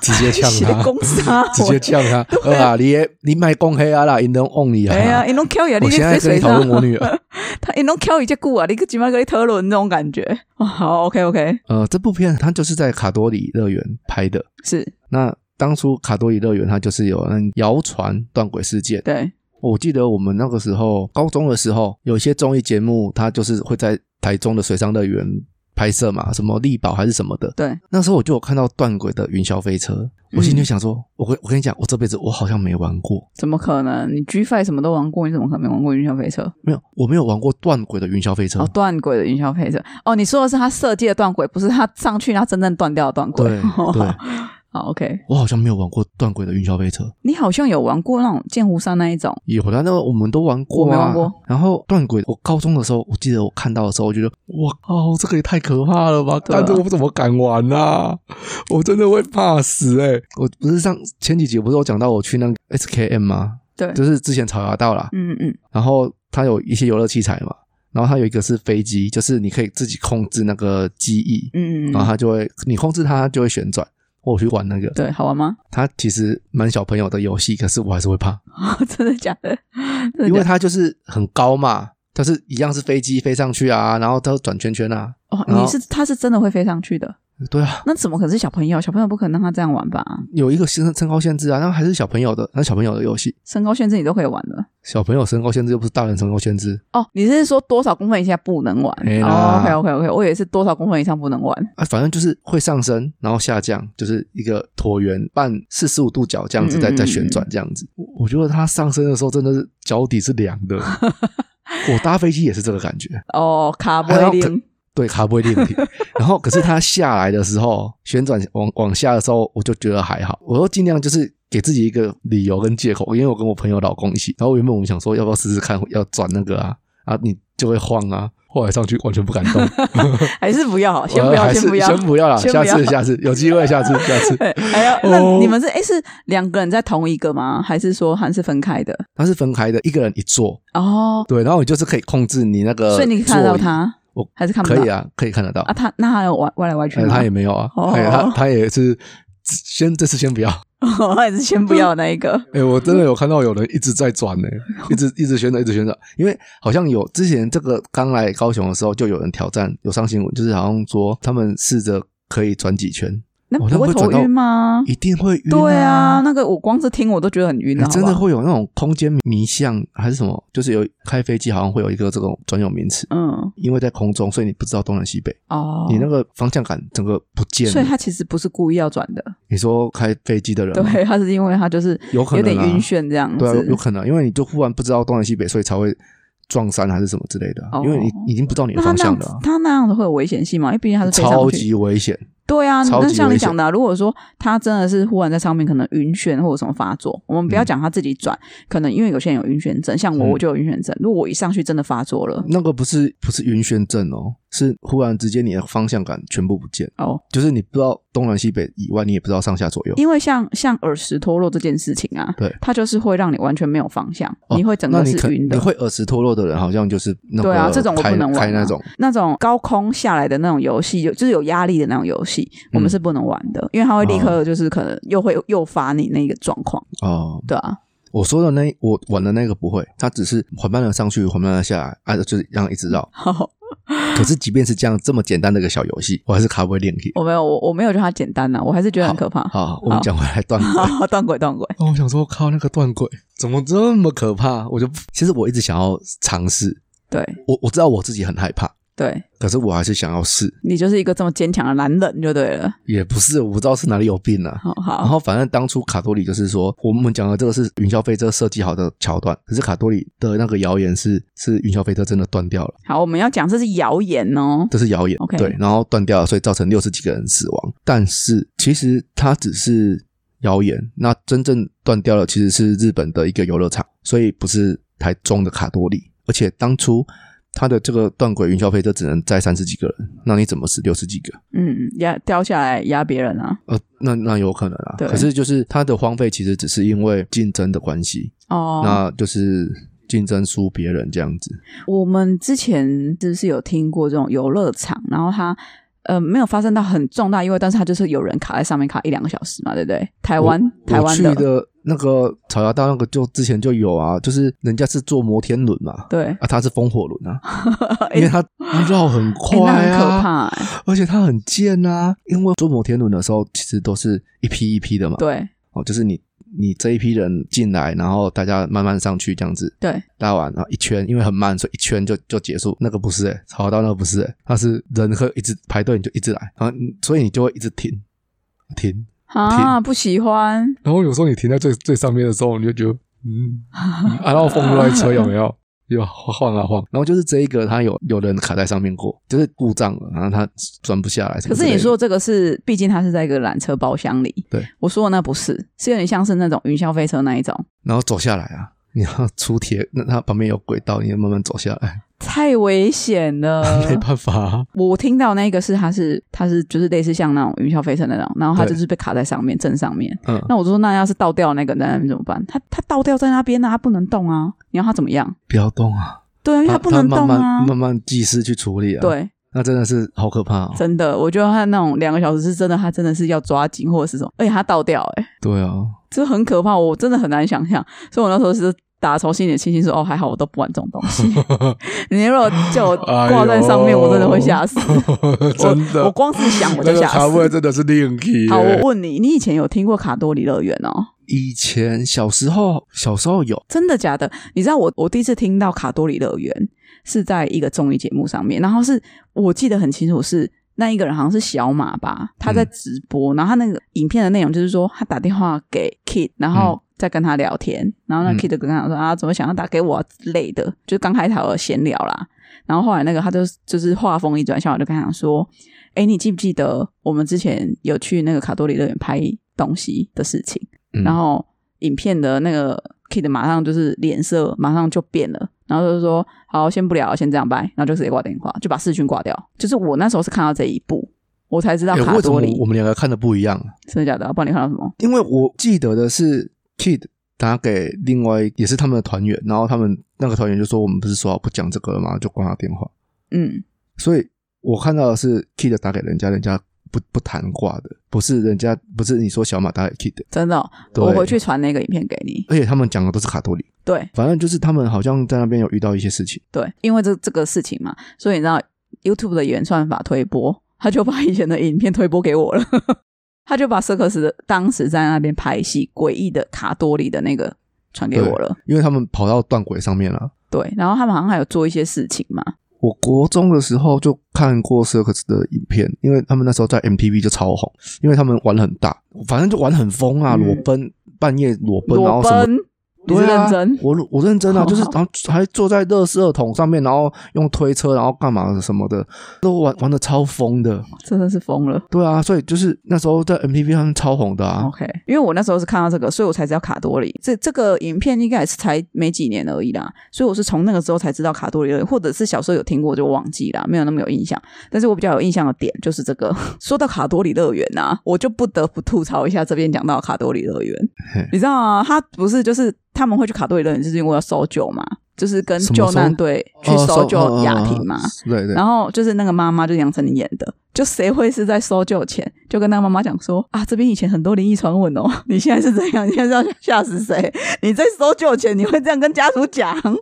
[SPEAKER 1] 直接呛
[SPEAKER 2] 一起
[SPEAKER 1] 他，
[SPEAKER 2] 攻杀啊 我
[SPEAKER 1] 直接呛他。呃啊，你也你卖公黑啊啦，你能 on 你啊
[SPEAKER 2] 哎呀，
[SPEAKER 1] 啦。
[SPEAKER 2] 你拢敲呀，你
[SPEAKER 1] 我现在
[SPEAKER 2] 在
[SPEAKER 1] 跟你
[SPEAKER 2] 水
[SPEAKER 1] 讨
[SPEAKER 2] 上
[SPEAKER 1] 论，我女儿。
[SPEAKER 2] 他你拢敲一只骨啊，你个鸡巴跟你讨论那种感觉。哦好，OK OK，
[SPEAKER 1] 呃，这部片它就是在卡多里乐园拍的。
[SPEAKER 2] 是
[SPEAKER 1] 那当初卡多里乐园它就是有那谣传断轨事件，
[SPEAKER 2] 对，
[SPEAKER 1] 我记得我们那个时候高中的时候，有一些综艺节目，它就是会在台中的水上乐园拍摄嘛，什么力宝还是什么的。
[SPEAKER 2] 对，
[SPEAKER 1] 那时候我就有看到断轨的云霄飞车，我
[SPEAKER 2] 嗯
[SPEAKER 1] 心里就想说，我跟我跟你讲，我这辈子我好像没玩过，
[SPEAKER 2] 怎么可能？你 G Five 什么都玩过，你怎么可能没玩过云霄飞车？
[SPEAKER 1] 没有，我没有玩过断轨的云霄飞车。
[SPEAKER 2] 哦，断轨的云霄飞车。哦，你说的是他设计的断轨，不是他上去然后真正断掉的断轨。 哦
[SPEAKER 1] 对对，
[SPEAKER 2] 好 OK。
[SPEAKER 1] 我好像没有玩过断轨的云霄飞车。
[SPEAKER 2] 你好像有玩过那种剑湖山那一种，
[SPEAKER 1] 有啦，那我们都玩过、啊，
[SPEAKER 2] 我没玩过。
[SPEAKER 1] 然后断轨，我高中的时候，我记得我看到的时候，我觉得，哇靠，这个也太可怕了吧！
[SPEAKER 2] 对啊
[SPEAKER 1] 但是我怎么敢玩啊？我真的会怕死哎、我不是上前几集不是有讲到我去那个 SKM 吗？
[SPEAKER 2] 对
[SPEAKER 1] 就是之前草芽道啦，
[SPEAKER 2] 嗯嗯，
[SPEAKER 1] 然后它有一些游乐器材嘛，然后它有一个是飞机，就是你可以自己控制那个机翼，
[SPEAKER 2] 嗯嗯
[SPEAKER 1] 然后
[SPEAKER 2] 嗯，
[SPEAKER 1] 它就会你控制它，它就会旋转。我去玩那个，
[SPEAKER 2] 对，好玩吗？
[SPEAKER 1] 它其实蛮小朋友的游戏，可是我还是会怕。
[SPEAKER 2] 哦真的假的？
[SPEAKER 1] 因
[SPEAKER 2] 真的
[SPEAKER 1] 为
[SPEAKER 2] 假的？
[SPEAKER 1] 它就是很高嘛，它是一样是飞机飞上去啊，然后它转圈圈啊，
[SPEAKER 2] 哦，
[SPEAKER 1] 然后
[SPEAKER 2] 你是他是真的会飞上去的，
[SPEAKER 1] 对啊，
[SPEAKER 2] 那怎么可能是小朋友？小朋友不可能让他这样玩吧？
[SPEAKER 1] 有一个身身高限制啊，那还是小朋友的，那小朋友的游戏，
[SPEAKER 2] 身高限制你都可以玩的。
[SPEAKER 1] 小朋友身高限制又不是大人身高限制
[SPEAKER 2] 哦，你是说多少公分以下不能玩？
[SPEAKER 1] 没
[SPEAKER 2] 哦
[SPEAKER 1] 啦
[SPEAKER 2] ，OK OK OK，我以为是多少公分以上不能玩。
[SPEAKER 1] 啊，反正就是会上升，然后下降，就是一个椭圆半四十五度角这样子在
[SPEAKER 2] 嗯嗯嗯
[SPEAKER 1] 在旋转这样子。我我觉得它上升的时候真的是脚底是凉 的，我搭飞机也是这个感觉，
[SPEAKER 2] 哦，卡波
[SPEAKER 1] 还要
[SPEAKER 2] 林，
[SPEAKER 1] 对，卡不会立体。然后，可是它下来的时候，旋转往往下的时候，我就觉得还好。我又尽量就是给自己一个理由跟借口，因为我跟我朋友、老公一起。然后原本我们想说，要不要试试看，要转那个啊啊，你就会晃啊。后来上去完全不敢动，
[SPEAKER 2] 还是不要，先不
[SPEAKER 1] 我
[SPEAKER 2] 要，
[SPEAKER 1] 呃还是
[SPEAKER 2] 先不要，
[SPEAKER 1] 先不要啦，
[SPEAKER 2] 先不
[SPEAKER 1] 下
[SPEAKER 2] 要
[SPEAKER 1] 次下次有机会， 下次下次。
[SPEAKER 2] 对，哎呀，那
[SPEAKER 1] 哦
[SPEAKER 2] 你们是哎是两个人在同一个吗？还是说还是分开的？
[SPEAKER 1] 它是分开的，一个人一座，
[SPEAKER 2] 哦，
[SPEAKER 1] 对，然后你就是可以控制你那个座椅，
[SPEAKER 2] 所以你看得到他
[SPEAKER 1] 我
[SPEAKER 2] 还是看不
[SPEAKER 1] 可
[SPEAKER 2] 到？
[SPEAKER 1] 以啊，可以看得到
[SPEAKER 2] 啊，。他那他有歪歪来歪去
[SPEAKER 1] 呃
[SPEAKER 2] 吗？
[SPEAKER 1] 他也没有啊，
[SPEAKER 2] 哦
[SPEAKER 1] 哎，他他也是先这次先不要。
[SPEAKER 2] 哦他也是先不要那一 个。
[SPEAKER 1] 哎、我真的有看到有人一直在转呢、一直一直旋转，一直旋转。因为好像有之前这个刚来高雄的时候，就有人挑战，有上新闻，就是好像说他们试着可以转几圈，
[SPEAKER 2] 那
[SPEAKER 1] 哦那
[SPEAKER 2] 不会
[SPEAKER 1] 会转
[SPEAKER 2] 头
[SPEAKER 1] 到
[SPEAKER 2] 晕吗？
[SPEAKER 1] 一定会晕、
[SPEAKER 2] 啊对啊，
[SPEAKER 1] 啊，
[SPEAKER 2] 那个我光是听我都觉得很晕
[SPEAKER 1] 哎
[SPEAKER 2] 了，
[SPEAKER 1] 真
[SPEAKER 2] 好
[SPEAKER 1] 的
[SPEAKER 2] 不好
[SPEAKER 1] 会有那种空间迷向还是什么，就是有开飞机好像会有一个这种专有名词，
[SPEAKER 2] 嗯
[SPEAKER 1] 因为在空中，所以你不知道东南西北，
[SPEAKER 2] 哦，
[SPEAKER 1] 你那个方向感整个不见
[SPEAKER 2] 所以
[SPEAKER 1] 了。
[SPEAKER 2] 他其实不是故意要转的，
[SPEAKER 1] 你说开飞机的人吗，
[SPEAKER 2] 对，他是因为他就是
[SPEAKER 1] 嗯有可
[SPEAKER 2] 有
[SPEAKER 1] 能啊
[SPEAKER 2] 点晕眩这样
[SPEAKER 1] 对啊，有有
[SPEAKER 2] 子。
[SPEAKER 1] 可能，因为你就忽然不知道东南西北，所以才会撞山还是什么之类的啊，
[SPEAKER 2] 哦
[SPEAKER 1] 因为你已经不知道你的
[SPEAKER 2] 那他
[SPEAKER 1] 方
[SPEAKER 2] 那
[SPEAKER 1] 向
[SPEAKER 2] 样
[SPEAKER 1] 了
[SPEAKER 2] 子
[SPEAKER 1] 啊，，
[SPEAKER 2] 他那样子会有危险性吗？因为毕竟他是飞上去
[SPEAKER 1] 超级危险。
[SPEAKER 2] 对啊，
[SPEAKER 1] 超
[SPEAKER 2] 那
[SPEAKER 1] 级
[SPEAKER 2] 像你
[SPEAKER 1] 危险
[SPEAKER 2] 讲的啊、如果说他真的是忽然在上面可能晕眩或者什么发作，我们不要
[SPEAKER 1] 嗯
[SPEAKER 2] 讲他自己转，可能因为有些人有晕眩症，像我
[SPEAKER 1] 嗯
[SPEAKER 2] 我就有晕眩症。如果我一上去真的发作了，
[SPEAKER 1] 那个不是不是晕眩症哦，是忽然之间你的方向感全部不见，
[SPEAKER 2] 哦，
[SPEAKER 1] 就是你不知道东南西北以外，你也不知道上下左右。
[SPEAKER 2] 因为像像耳石脱落这件事情啊，
[SPEAKER 1] 对
[SPEAKER 2] 它就是会让你完全没有方向，
[SPEAKER 1] 哦
[SPEAKER 2] 你会整
[SPEAKER 1] 那
[SPEAKER 2] 个
[SPEAKER 1] 你
[SPEAKER 2] 是
[SPEAKER 1] 可
[SPEAKER 2] 晕
[SPEAKER 1] 你
[SPEAKER 2] 的。
[SPEAKER 1] 会耳石脱落的人，好像就是那个
[SPEAKER 2] 对啊，这种我
[SPEAKER 1] 开
[SPEAKER 2] 不能玩啊、
[SPEAKER 1] 开那种，
[SPEAKER 2] 那种高空下来的那种游戏，有就是有压力的那种游戏，我们
[SPEAKER 1] 嗯
[SPEAKER 2] 是不能玩的，因为它会立刻就是可能又会诱发你那个状况，
[SPEAKER 1] 哦。
[SPEAKER 2] 对啊，。
[SPEAKER 1] 我说的那我玩的那个不会，它只是缓慢的上去，缓慢的下来，啊，就是这样一直绕
[SPEAKER 2] 好，
[SPEAKER 1] 可是即便是这样这么简单的一个小游戏，我还是卡不会练 体。
[SPEAKER 2] 我没有，我我没有觉得它简单呐、啊我还是觉得很可怕。
[SPEAKER 1] 好，我们讲回来断 轨。
[SPEAKER 2] 好， 断轨断轨，
[SPEAKER 1] 那哦我想说，靠，那个断轨怎么这么可怕？我就其实我一直想要尝试，
[SPEAKER 2] 对
[SPEAKER 1] 我我知道我自己很害怕，
[SPEAKER 2] 对，
[SPEAKER 1] 可是我还是想要试。
[SPEAKER 2] 你就是一个这么坚强的男人就对了。哦
[SPEAKER 1] 也不是，我不知道是哪里有病啊。
[SPEAKER 2] 好
[SPEAKER 1] 然
[SPEAKER 2] 好，
[SPEAKER 1] 后反正当初卡多里就是说，我们讲的这个是云霄飞车设计好的桥段，可是卡多里的那个谣言是是云霄飞车真的断掉了，
[SPEAKER 2] 好，我们要讲这是谣言哦。
[SPEAKER 1] 这是谣言
[SPEAKER 2] OK
[SPEAKER 1] 对，然后断掉了，所以造成六十几个人死亡。但是其实它只是谣言。那真正断掉了其实是日本的一个游乐场，所以不是台中的卡多里。而且当初他的这个断轨云霄飞车只能载三十几个人，那你怎么死六十几个？
[SPEAKER 2] 嗯，压掉下来压别人啊，
[SPEAKER 1] 呃，那那有可能啊。
[SPEAKER 2] 对
[SPEAKER 1] 可是就是它的荒废，其实只是因为竞争的关系，
[SPEAKER 2] 哦，
[SPEAKER 1] 那就是竞争输别人这样子。
[SPEAKER 2] 我们之前是不是有听过这种游乐场，然后它呃没有发生到很重大意外，但是它就是有人卡在上面卡一两个小时嘛，对不对？台湾
[SPEAKER 1] 我
[SPEAKER 2] 台湾
[SPEAKER 1] 去的那个草衙道那个就之前就有啊，就是人家是坐摩天轮嘛，
[SPEAKER 2] 对，
[SPEAKER 1] 啊，它是风火轮 啊，因
[SPEAKER 2] 哎
[SPEAKER 1] 为它绕很
[SPEAKER 2] 哎那
[SPEAKER 1] 快
[SPEAKER 2] 很可
[SPEAKER 1] 啊，
[SPEAKER 2] 怕、哎
[SPEAKER 1] 而且它很贱啊，因为坐摩天轮的时候其实都是一批一批的嘛，
[SPEAKER 2] 对
[SPEAKER 1] 哦，就是你你这一批人进来，然后大家慢慢上去这样子，
[SPEAKER 2] 对，
[SPEAKER 1] 拉完然后一圈，因为很慢，所以一圈就就结束。那个不是哎、欸，吵到那个不是哎、欸，它是人会一直排队，你就一直来，然后你所以你就会一直停停。
[SPEAKER 2] 啊，不喜欢，
[SPEAKER 1] 然后有时候你停在最最上面的时候，你就觉得嗯，嗯啊，然后风都在吹，有没有？又晃啊晃。然后就是这一个，它有有人卡在上面过，就是故障了，然后它转不下来什
[SPEAKER 2] 可
[SPEAKER 1] 么之
[SPEAKER 2] 是
[SPEAKER 1] 类的。
[SPEAKER 2] 你说这个是，毕竟它是在一个缆车包厢里。
[SPEAKER 1] 对，
[SPEAKER 2] 我说的那不是，是有点像是那种云霄飞车那一种，
[SPEAKER 1] 然后走下来啊，你要出铁，那它旁边有轨道，你要慢慢走下来，
[SPEAKER 2] 太危 险
[SPEAKER 1] 没
[SPEAKER 2] 了。
[SPEAKER 1] 办法啊、
[SPEAKER 2] 我听到那个是它是它是就是类似像那种云霄飞车那种，然后它
[SPEAKER 1] 对
[SPEAKER 2] 就是被卡在上面正上面。
[SPEAKER 1] 嗯，
[SPEAKER 2] 那我就说，那要是倒掉那个在那边怎么办？他他倒掉在那边呢、啊，他不能动啊！你要他怎么样？
[SPEAKER 1] 不要动啊，
[SPEAKER 2] 对啊，因为
[SPEAKER 1] 它
[SPEAKER 2] 不能
[SPEAKER 1] 它
[SPEAKER 2] 动啊。
[SPEAKER 1] 慢慢慢慢技师去处理啊。。
[SPEAKER 2] 对，
[SPEAKER 1] 那真的是好可怕、哦。
[SPEAKER 2] 真的，我觉得他那种两个小时是真的，他真的是要抓紧或者是什么，而且他倒掉、欸，哎，
[SPEAKER 1] 对啊，
[SPEAKER 2] 这很可怕，我真的很难想象。所以我那时候是打从心里庆幸说，哦，还好我都不玩这种东 西。你如果叫我挂在上面，
[SPEAKER 3] 哎呦
[SPEAKER 2] 我真的会吓死。
[SPEAKER 3] 真
[SPEAKER 2] 我
[SPEAKER 3] 的
[SPEAKER 2] 我，光是想我
[SPEAKER 3] 那个
[SPEAKER 2] 就吓
[SPEAKER 3] 卡位
[SPEAKER 2] 死。
[SPEAKER 3] 真的是另起。
[SPEAKER 2] 好，我问你，你以前有听过卡多里乐园哦？
[SPEAKER 1] 以前小时候小时候有，
[SPEAKER 2] 真的假的？你知道我我第一次听到卡多里乐园是在一个综艺节目上面，然后是我记得很清楚是。那一个人好像是小马吧，他在直播，然后他那个影片的内容就是说，他打电话给 Kid，然后再跟他聊天，然后那
[SPEAKER 1] 嗯
[SPEAKER 2] Kid 就跟他讲说、啊，怎么想要打给我、啊、之类的，就刚开始有闲聊啦，然后后来那个他就就是话锋一转，小马就跟他讲说，哎，你记不记得我们之前有去那个卡多里乐园拍东西的事情？
[SPEAKER 1] 嗯
[SPEAKER 2] 然后影片的那个 Kid 马上就是脸色马上就变了，然后就说好，先不聊，先这样拜，然后就直接挂电话，就把视讯挂掉。就是我那时候是看到这一步，我才知道
[SPEAKER 1] 嗯诶
[SPEAKER 2] 卡
[SPEAKER 1] 哎为什么
[SPEAKER 2] 多里
[SPEAKER 1] 我们两个看的不一样？
[SPEAKER 2] 真的假的，不然你看到什么？
[SPEAKER 1] 因为我记得的是 Kid 打给另外也是他们的团员，然后他们那个团员就说我们不是说好不讲这个了吗？就挂他电话。
[SPEAKER 2] 嗯，
[SPEAKER 1] 所以我看到的是 Kid 打给人家，人家不不谈挂的，不是人家不是你说小马打给 Kid，的
[SPEAKER 2] 真的哦、
[SPEAKER 1] 对
[SPEAKER 2] 我回去传那个影片给你。
[SPEAKER 1] 而且他们讲的都是卡多里，
[SPEAKER 2] 对
[SPEAKER 1] 反正就是他们好像在那边有遇到一些事情。
[SPEAKER 2] 对，因为这这个事情嘛，所以你知道 YouTube 的原算法推播，他就把以前的影片推播给我了。他就把 Circus 的当时在那边拍戏诡异的卡多里的那个传给
[SPEAKER 1] 对
[SPEAKER 2] 我了，
[SPEAKER 1] 因为他们跑到断轨上面了、
[SPEAKER 2] 对，然后他们好像还有做一些事情嘛，
[SPEAKER 1] 我国中的时候就看过 Circus 的影片，因为他们那时候在 MTV 就超红，因为他们玩很大，反正就玩很疯啊，
[SPEAKER 2] 嗯
[SPEAKER 1] 裸奔，半夜裸奔，然
[SPEAKER 2] 裸
[SPEAKER 1] 后什么。
[SPEAKER 2] 奔，你是
[SPEAKER 1] 对
[SPEAKER 2] 认
[SPEAKER 1] 啊
[SPEAKER 2] 真？
[SPEAKER 1] 我我认真啊，就是
[SPEAKER 2] 好
[SPEAKER 1] 然后还坐在热圾桶上面，然后用推车，然后干嘛什么的，都玩玩的超疯的。
[SPEAKER 2] 真的是疯了。
[SPEAKER 1] 对啊，所以就是那时候在 MTV 上面超红的啊。
[SPEAKER 2] OK，因为我那时候是看到这个，所以我才知道卡多里这这个影片应该也是才没几年而已啦，所以我是从那个时候才知道卡多里的，或者是小时候有听过就忘记啦，没有那么有印象。但是我比较有印象的点就是这个， 说到卡多里乐园啊，我就不得不吐槽一下这边讲到的卡多里乐园
[SPEAKER 1] 嘿，
[SPEAKER 2] 你知道啊，他不是就是他们会去卡多里乐园，就是因为要搜救嘛，就是跟
[SPEAKER 1] 什么
[SPEAKER 2] 救
[SPEAKER 1] 搜
[SPEAKER 2] 难队去
[SPEAKER 1] 哦
[SPEAKER 2] 搜救
[SPEAKER 1] 嗯
[SPEAKER 2] 雅
[SPEAKER 1] 嗯
[SPEAKER 2] 婷嘛，
[SPEAKER 1] 嗯对对，
[SPEAKER 2] 然后就是那个妈妈，就是杨丞琳演的，就谁会是在搜救前就跟那个妈妈讲说啊，这边以前很多灵异传闻哦， 你现在是怎样？你现在是要吓死谁？你在搜救前你会这样跟家属讲，
[SPEAKER 1] 哦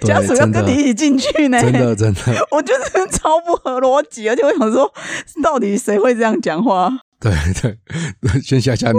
[SPEAKER 1] 对
[SPEAKER 2] 家属要
[SPEAKER 1] 真
[SPEAKER 2] 跟
[SPEAKER 1] 的
[SPEAKER 2] 你一起 进去呢？
[SPEAKER 1] 真的真的，
[SPEAKER 2] 我觉得超不合逻辑，而且我想说，到底谁会这样讲话？
[SPEAKER 3] 对对，对 先吓 吓你。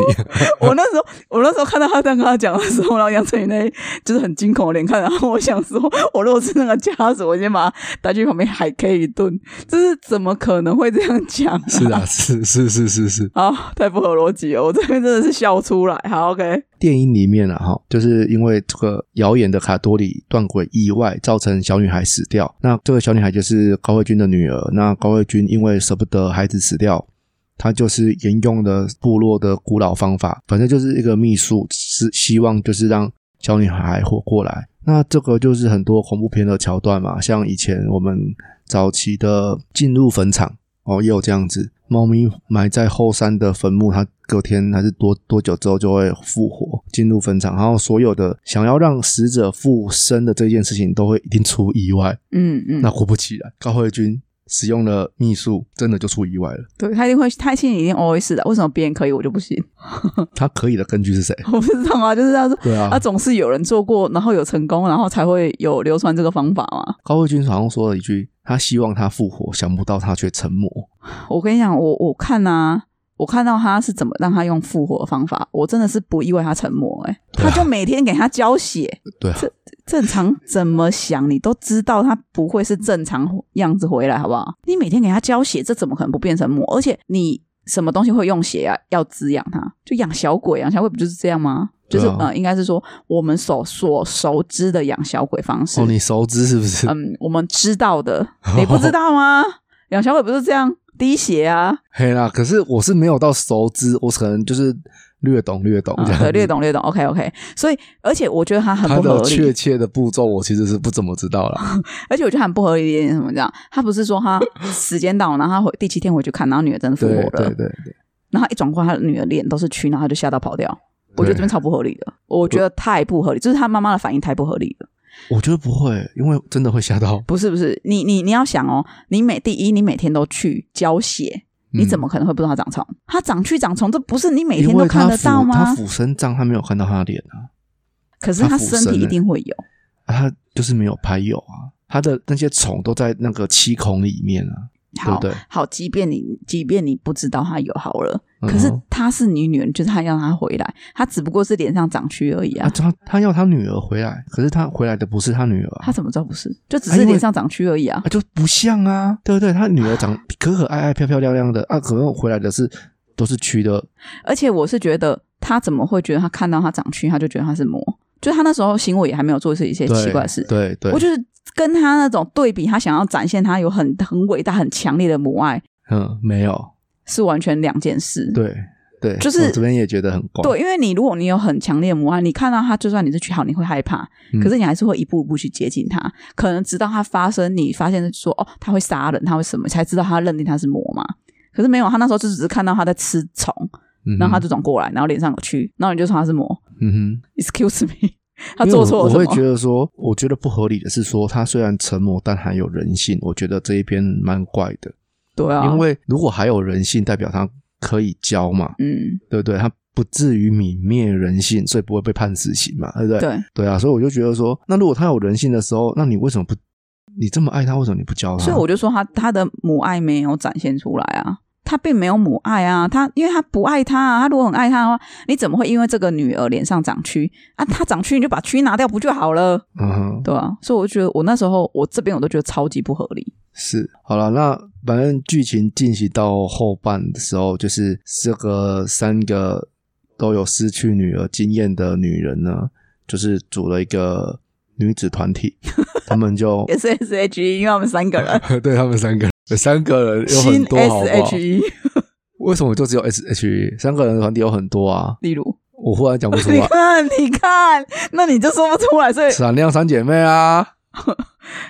[SPEAKER 2] 我那时候，我那时候看到他这样跟他讲的时候，然后杨丞琳那就是很惊恐的脸看，然后我想说， 我如果是那个家属，我先把他带去旁边海 K 一顿，就是怎么可能会这样讲、啊？
[SPEAKER 3] 是啊， 是是是是是，
[SPEAKER 2] 啊，太不合逻辑了，我这边真的是笑出来。好，OK，
[SPEAKER 1] 电影里面啊，哈，就是因为这个谣言的卡多里断轨意外，造成小女孩死掉。那这个小女孩就是高慧君的女儿。那高慧君因为舍不得孩子死掉，他就是沿用了部落的古老方法，反正就是一个秘术，是希望就是让小女孩活过来。那这个就是很多恐怖片的桥段嘛，像以前我们早期的进入坟场哦，也有这样子，猫咪埋在后山的坟墓，它隔天还是多多久之后就会复活，进入坟场，然后所有的想要让死者复生的这件事情，都会一定出意外。
[SPEAKER 2] 嗯嗯，
[SPEAKER 1] 那果不其然，高慧君使用了秘术，真的就出意外了。
[SPEAKER 2] 对他一定会，他心里一定 always 的。为什么别人可以，我就不行？
[SPEAKER 1] 他可以的根据是谁？
[SPEAKER 2] 我不知道啊，就是他说，
[SPEAKER 1] 对啊
[SPEAKER 2] 他总是有人做过，然后有成功，然后才会有流传这个方法嘛。
[SPEAKER 1] 高慧君好像说了一句：“他希望他复活，想不到他却成魔。
[SPEAKER 2] 我跟你讲，我我看啊，我看到他是怎么让他用复活的方法，我真的是不意外他成魔哎、
[SPEAKER 1] 对啊
[SPEAKER 2] 他就每天给他浇血，”
[SPEAKER 1] 对啊，
[SPEAKER 2] 正常怎么想你都知道他不会是正常样子回来，好不好？你每天给他浇血，这怎么可能不变成魔？而且你什么东西会用血啊？要滋养它，就养小鬼，养小鬼不就是这样吗？就是、
[SPEAKER 1] 对啊
[SPEAKER 2] 呃，应该是说我们所所熟知的养小鬼方 式。
[SPEAKER 1] 哦，你熟知是不是？
[SPEAKER 2] 嗯，我们知道 的，你不知道吗？养小鬼不是这样滴血 啊？
[SPEAKER 1] 嘿啦，可是我是没有到熟知，我可能就是略懂略懂这
[SPEAKER 2] 嗯
[SPEAKER 1] 样、
[SPEAKER 2] 对，略。懂略懂。OK OK，所以而且我觉得他很
[SPEAKER 1] 他
[SPEAKER 2] 不合
[SPEAKER 1] 的确
[SPEAKER 2] 理，
[SPEAKER 1] 切的步骤我其实是不怎么知道 啦。
[SPEAKER 2] 而且我觉得他很不合理的一点是什么？这样，他不是说他时间到，然后他回第七天回去看，然后女儿真的复活
[SPEAKER 1] 对
[SPEAKER 2] 了，
[SPEAKER 1] 对对对，
[SPEAKER 2] 然后他一转过来，他的女儿脸都是蛆，然后他就吓到跑掉。我觉得这边超不合理的，我觉得太不合理，就是他妈妈的反应太不合理了。
[SPEAKER 1] 我觉得不会，因为真的会吓到。
[SPEAKER 2] 不是不是，你你你要想哦，你每第一你每天都去浇血，你
[SPEAKER 1] 嗯
[SPEAKER 2] 怎么可能会不知道他长虫？他长蛆长虫，这不是你每
[SPEAKER 1] 因
[SPEAKER 2] 天都
[SPEAKER 1] 为他
[SPEAKER 2] 看得
[SPEAKER 1] 俯
[SPEAKER 2] 到
[SPEAKER 1] 他
[SPEAKER 2] 吗？
[SPEAKER 1] 俯身仗，他没有看到他的脸啊，
[SPEAKER 2] 可是
[SPEAKER 1] 他
[SPEAKER 2] 他
[SPEAKER 1] 俯
[SPEAKER 2] 身
[SPEAKER 1] 身
[SPEAKER 2] 体一
[SPEAKER 1] 欸
[SPEAKER 2] 定会有。
[SPEAKER 1] 他就是没有拍有啊，他的那些虫都在那个七孔里面啊。
[SPEAKER 2] 好
[SPEAKER 1] 对不对
[SPEAKER 2] 好，即便你即便你不知道他有好了，
[SPEAKER 1] 嗯哼
[SPEAKER 2] 可是他是你女儿，就是他让他回来，他只不过是脸上长蛆而已啊
[SPEAKER 1] 啊，。他他要他女儿回来，可是他回来的不是他女儿啊
[SPEAKER 2] 他，怎么知道不是？就只
[SPEAKER 1] 啊
[SPEAKER 2] 是
[SPEAKER 1] 因为
[SPEAKER 2] 脸上长蛆而已啊
[SPEAKER 1] 啊。就不像啊，对不对？他女儿长可可爱爱、漂漂亮亮的啊，可能回来的是都是蛆的，
[SPEAKER 2] 而且我是觉得，他怎么会觉得他看到他长蛆，他就觉得他是魔？就他那时候行为也还没有做出一些
[SPEAKER 1] 对
[SPEAKER 2] 哎奇怪的事。
[SPEAKER 1] 对对
[SPEAKER 2] 我，就是跟他那种对比，他想要展现他有很很伟大、很强烈的母爱，
[SPEAKER 1] 嗯，没有，
[SPEAKER 2] 是完全两件事。
[SPEAKER 1] 对对，
[SPEAKER 2] 就是
[SPEAKER 1] 我这边也觉得很怪，
[SPEAKER 2] 对，因为你如果你有很强烈的母爱，你看到他，就算你是去好，你会害怕，
[SPEAKER 1] 嗯
[SPEAKER 2] 可是你还是会一步一步去接近他，可能直到他发生，你发现说哦，他会杀人，他会什么，才知道他认定他是魔嘛。可是没有，他那时候就只是看到他在吃虫，
[SPEAKER 1] 嗯哼，
[SPEAKER 2] 然后他就转过来，然后脸上有蛆，然后你就说他是魔
[SPEAKER 1] 嗯哼，
[SPEAKER 2] ，excuse me，他
[SPEAKER 1] 因为
[SPEAKER 2] 做错
[SPEAKER 1] 我我
[SPEAKER 2] 了什
[SPEAKER 1] 会
[SPEAKER 2] 么
[SPEAKER 1] 觉？得说，我觉得不合理的是说，他虽然沉默，但还有人性，我觉得这一边蛮怪的，
[SPEAKER 2] 对啊，
[SPEAKER 1] 因为如果还有人性，代表他可以教嘛，
[SPEAKER 2] 嗯，
[SPEAKER 1] 对不对？他不至于泯灭人性，所以不会被判死刑嘛，对不对？
[SPEAKER 2] 对，
[SPEAKER 1] 对啊，所以我就觉得说，那如果他有人性的时候，那你为什么不？你这么爱他，为什么你不教他？
[SPEAKER 2] 所以我就说他他的母爱没有展现出来啊，他并没有母爱啊，他因为他不爱他啊，他如果很爱他的话，你怎么会因为这个女儿脸上长蛆啊？他长蛆你就把蛆拿掉不就好了？
[SPEAKER 1] 嗯哼，
[SPEAKER 2] 对啊，所以我就觉得我那时候我这边我都觉得超级不合理。
[SPEAKER 1] 是好了。那反正剧情进行到后半的时候，就是这个三个都有失去女儿经验的女人呢，就是组了一个女子团体， 他们就
[SPEAKER 2] 也是 S H E，因为我们三个人，
[SPEAKER 3] 对他们三个
[SPEAKER 1] 有三个人 有很
[SPEAKER 2] 新
[SPEAKER 1] 多，好
[SPEAKER 2] S
[SPEAKER 1] 不好
[SPEAKER 2] H？E，
[SPEAKER 1] 为什么就只有 S H E 三个人的团体有很多啊？
[SPEAKER 2] 例如，
[SPEAKER 1] 我忽然讲不出
[SPEAKER 2] 你
[SPEAKER 1] 来，
[SPEAKER 2] 看，你看，那你就说不出来，所以
[SPEAKER 1] 闪亮三姐妹 啊，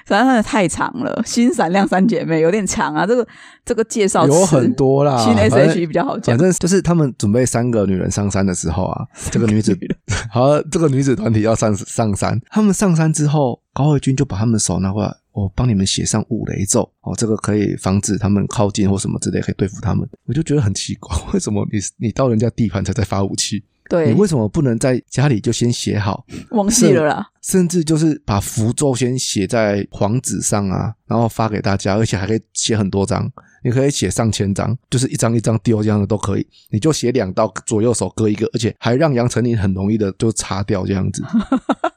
[SPEAKER 2] 闪亮太长了，新闪亮三姐妹有点长啊，这个这个介绍
[SPEAKER 1] 有
[SPEAKER 2] 词
[SPEAKER 1] 很多啦。
[SPEAKER 2] 新
[SPEAKER 1] 反
[SPEAKER 2] S
[SPEAKER 1] 正
[SPEAKER 2] H E 比较好
[SPEAKER 1] 反。
[SPEAKER 2] 讲
[SPEAKER 1] 正就是他们准备三个女人上山的时候啊，这个女子， 好，这个女子团体要上上山。他们上山之后，高慧君就把他们的手拿过来，我帮你们写上五雷咒哦，这个可以防止他们靠近或什么之类，可以对付他们。我就觉得很奇怪，为什么你你到人家地盘才在发武器？你
[SPEAKER 2] 对，
[SPEAKER 1] 为什么不能在家里就先写好，
[SPEAKER 2] 忘记了啦。
[SPEAKER 1] 甚至就是把符咒先写在黄纸上啊，然后发给大家，而且还可以写很多张，你可以写上千张，就是一张一张丢这样的都可以。你就写两刀，左右手各一个，而且还让杨丞琳很容易的就擦掉这样子。嗯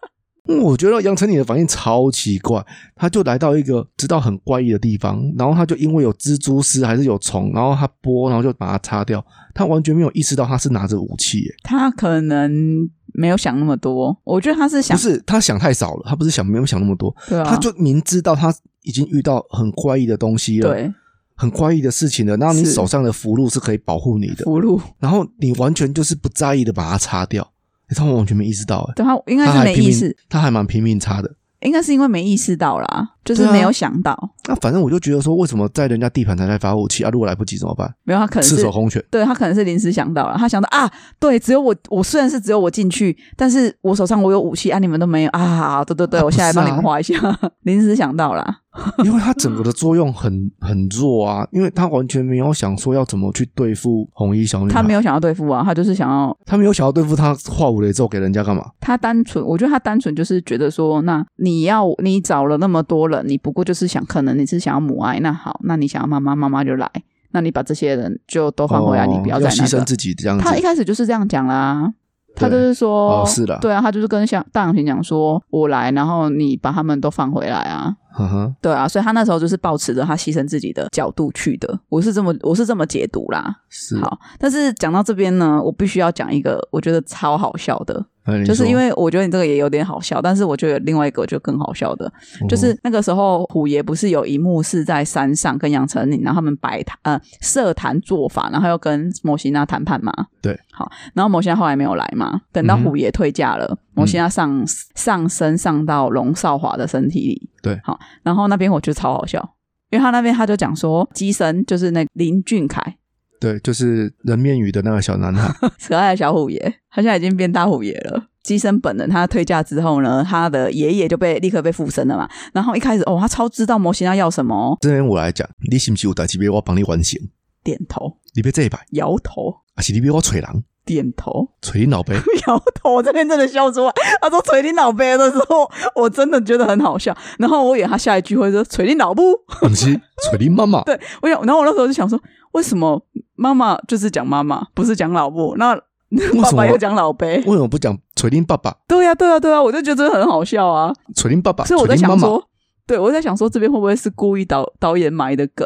[SPEAKER 1] 我觉得杨丞琳的反应超奇怪，他就来到一个知道很怪异的地方，然后他就因为有蜘蛛丝还是有虫，然后他拨，然后就把它擦掉，他完全没有意识到他是拿着武器、耶
[SPEAKER 2] 他可能没有想那么多，我觉得他是想
[SPEAKER 1] 不，是他想太少了，他不是想没有想那么多，
[SPEAKER 2] 对啊，
[SPEAKER 1] 他就明知道他已经遇到很怪异的东西了，
[SPEAKER 2] 对，
[SPEAKER 1] 很怪异的事情了，然后你
[SPEAKER 2] 是嗯
[SPEAKER 1] 手上的符箓是可以保护你 的，
[SPEAKER 2] 福禄，
[SPEAKER 1] 然后你完全就是不在意的把它擦掉，欸他们完全没意识到、欸，
[SPEAKER 2] 对他应该
[SPEAKER 1] 他
[SPEAKER 2] 是
[SPEAKER 1] 还
[SPEAKER 2] 没
[SPEAKER 1] 拼
[SPEAKER 2] 意
[SPEAKER 1] 命
[SPEAKER 2] 识，，
[SPEAKER 1] 他还蛮拼命擦的。
[SPEAKER 2] 应该是因为没意识到啦，就是
[SPEAKER 1] 对啊
[SPEAKER 2] 没有想到，
[SPEAKER 1] 那反正我就觉得说，为什么在人家地盘才在发火气啊？如果来不及怎么办？
[SPEAKER 2] 没有他可能
[SPEAKER 1] 赤
[SPEAKER 2] 是
[SPEAKER 1] 手空 拳。
[SPEAKER 2] 对他可能是临时想到了，他想到啊，对，只有我，我虽然是只有我进去，但是我手上我有武器啊，你们都没有啊，对对对，
[SPEAKER 1] 啊
[SPEAKER 2] 我下来
[SPEAKER 1] 不是啊
[SPEAKER 2] 帮你们画一下， 临时想到啦，
[SPEAKER 1] 因为它整个的作用很很弱啊，因为它完全没有想说要怎么去对付红衣小女孩，
[SPEAKER 2] 他没有想要对付啊，他就是想要，
[SPEAKER 1] 他没有想要对付她化五雷咒给人家干嘛？
[SPEAKER 2] 他单纯，我觉得他单纯就是觉得说，那你要你找了那么多人，你不过就是想，可能你是想要母爱，那好，那你想要妈妈，妈妈就来，那你把这些人就都换回来，
[SPEAKER 1] 哦
[SPEAKER 2] 你不
[SPEAKER 1] 要
[SPEAKER 2] 再
[SPEAKER 1] 牺
[SPEAKER 2] 那
[SPEAKER 1] 牲
[SPEAKER 2] 个。
[SPEAKER 1] 自己这样子。
[SPEAKER 2] 他一开始就是这样讲啦，他就
[SPEAKER 1] 对
[SPEAKER 2] 是说，
[SPEAKER 1] 哦是啦
[SPEAKER 2] 对啊，他就是跟向大杨平讲说，我来，然后你把他们都放回来啊，
[SPEAKER 1] 呵呵，
[SPEAKER 2] 对啊，所以他那时候就是抱持着他牺牲自己的角度去的，我是这么我是这么解读啦。
[SPEAKER 1] 是
[SPEAKER 2] 好，但是讲到这边呢，我必须要讲一个我觉得超好笑的，
[SPEAKER 1] 哎你
[SPEAKER 2] 就是
[SPEAKER 1] 说
[SPEAKER 2] 因为我觉得你这个也有点好笑，但是我觉得另外一个就更好笑的，
[SPEAKER 1] 嗯哦
[SPEAKER 2] 就是那个时候虎爷不是有一幕是在山上跟杨丞琳，然后他们摆谈呃设谈做法，然后要跟摩西娜谈判嘛。
[SPEAKER 1] 对，
[SPEAKER 2] 好，然后摩西娜后来没有来嘛，等到
[SPEAKER 1] 嗯哼
[SPEAKER 2] 虎爷退价了，摩西娜上、上身上到龙少华的身体里。
[SPEAKER 1] 对，
[SPEAKER 2] 好，然后那边我觉得超好笑，因为他那边他就讲说机身就是那林俊凯。
[SPEAKER 1] 对，就是人面鱼的那个小男 孩，
[SPEAKER 2] 可爱的小虎爷，他现在已经变大虎爷了。机身本人他退价之后呢，他的爷爷就被立刻被附身了嘛。然后一开始哦，他超知道模型要要什么哦，
[SPEAKER 1] 这边我来讲，你是不是有代志要我帮你完成？
[SPEAKER 2] 点头、
[SPEAKER 1] 你别这一摆，
[SPEAKER 2] 摇头、
[SPEAKER 1] 还是你别我吹狼，
[SPEAKER 2] 点头、
[SPEAKER 1] 吹你老呗。
[SPEAKER 2] 摇头。我这边真的笑出来。他说捶你脑杯的时候，我真的觉得很好笑。然后我以为他下一句会说捶你脑部，
[SPEAKER 1] 不是吹你妈妈，
[SPEAKER 2] 对我想，然后我那时候就想说，为什么妈妈就是讲妈妈，不是讲老部？那
[SPEAKER 1] 么
[SPEAKER 2] 爸爸又讲老杯？
[SPEAKER 1] 为什么不讲吹你爸爸？
[SPEAKER 2] 对呀、对呀、对呀、我就觉得这很好笑啊。
[SPEAKER 1] 吹你爸爸，
[SPEAKER 2] 所以我在
[SPEAKER 1] 吹你
[SPEAKER 2] 想
[SPEAKER 1] 妈妈
[SPEAKER 2] 说，对我在想说，这边会不会是故意导导演埋的梗，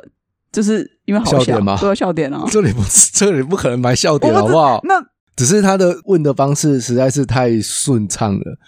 [SPEAKER 2] 就是因为好
[SPEAKER 1] 笑
[SPEAKER 2] 笑
[SPEAKER 1] 点吗
[SPEAKER 2] 都有笑点啊。
[SPEAKER 1] 这里不是这里不可能埋笑点
[SPEAKER 2] 我
[SPEAKER 1] 好
[SPEAKER 2] 不知
[SPEAKER 1] 不 好？
[SPEAKER 2] 那
[SPEAKER 1] 只是他的问的方式实在是太顺畅了，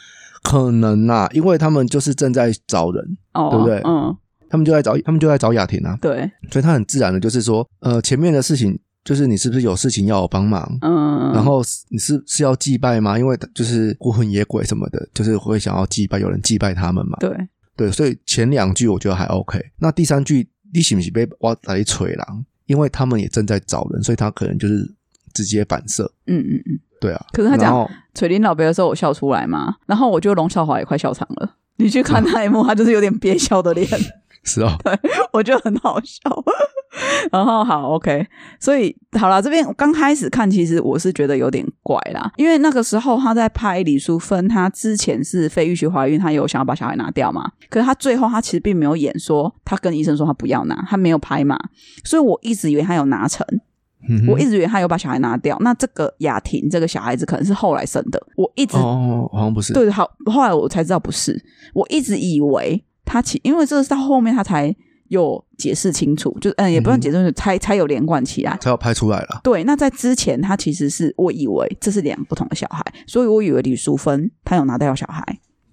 [SPEAKER 1] 可能啊，因为他们就是正在找人，
[SPEAKER 2] 哦，
[SPEAKER 1] 对不对
[SPEAKER 2] 嗯，
[SPEAKER 1] 他们就在找他们就在找雅婷啊，
[SPEAKER 2] 对，
[SPEAKER 1] 所以他很自然的就是说，呃，前面的事情就是你是不是有事情要我帮忙？
[SPEAKER 2] 嗯，
[SPEAKER 1] 然后是你是是要祭拜吗？因为就是孤魂野鬼什么的，就是会想要祭拜，有人祭拜他们嘛。
[SPEAKER 2] 对，
[SPEAKER 1] 对，所以前两句我觉得还 OK。那第三句，你是不是被挖来锤狼？因为他们也正在找人，所以他可能就是直接反射。
[SPEAKER 2] 嗯嗯嗯，
[SPEAKER 1] 对啊，
[SPEAKER 2] 可是他讲
[SPEAKER 1] 然后
[SPEAKER 2] 垂林老伯的时候，我笑出来嘛，然后我觉得龙少华也快笑场了。你 去看那一幕，他就是有点憋笑的脸，
[SPEAKER 1] 是 哦，
[SPEAKER 2] 我觉得很好笑。 然后好，OK，所以好啦，这边我刚开始看，其实我是觉得有点怪啦，因为那个时候他在拍李淑芬，她之前是非预期怀孕，她有想要把小孩拿掉嘛，可是她最后她其实并没有演说，她跟医生说她不要拿，她没有拍嘛，所以我一直以为她有拿成，
[SPEAKER 1] 嗯哼
[SPEAKER 2] 我一直以为她有把小孩拿掉，那这个雅婷这个小孩子可能是后来生的，我一直
[SPEAKER 1] 哦，好像不是，
[SPEAKER 2] 对，好，后来我才知道不是，我一直以为他其因为这是到后面他才有解释清楚，就嗯，也不算
[SPEAKER 1] 嗯哼
[SPEAKER 2] 解释清楚，才才有连贯起来。
[SPEAKER 1] 才要拍出来了。
[SPEAKER 2] 对，那在之前他其实是我以为这是两个不同的小孩，所以我以为李淑芬她有拿掉小孩，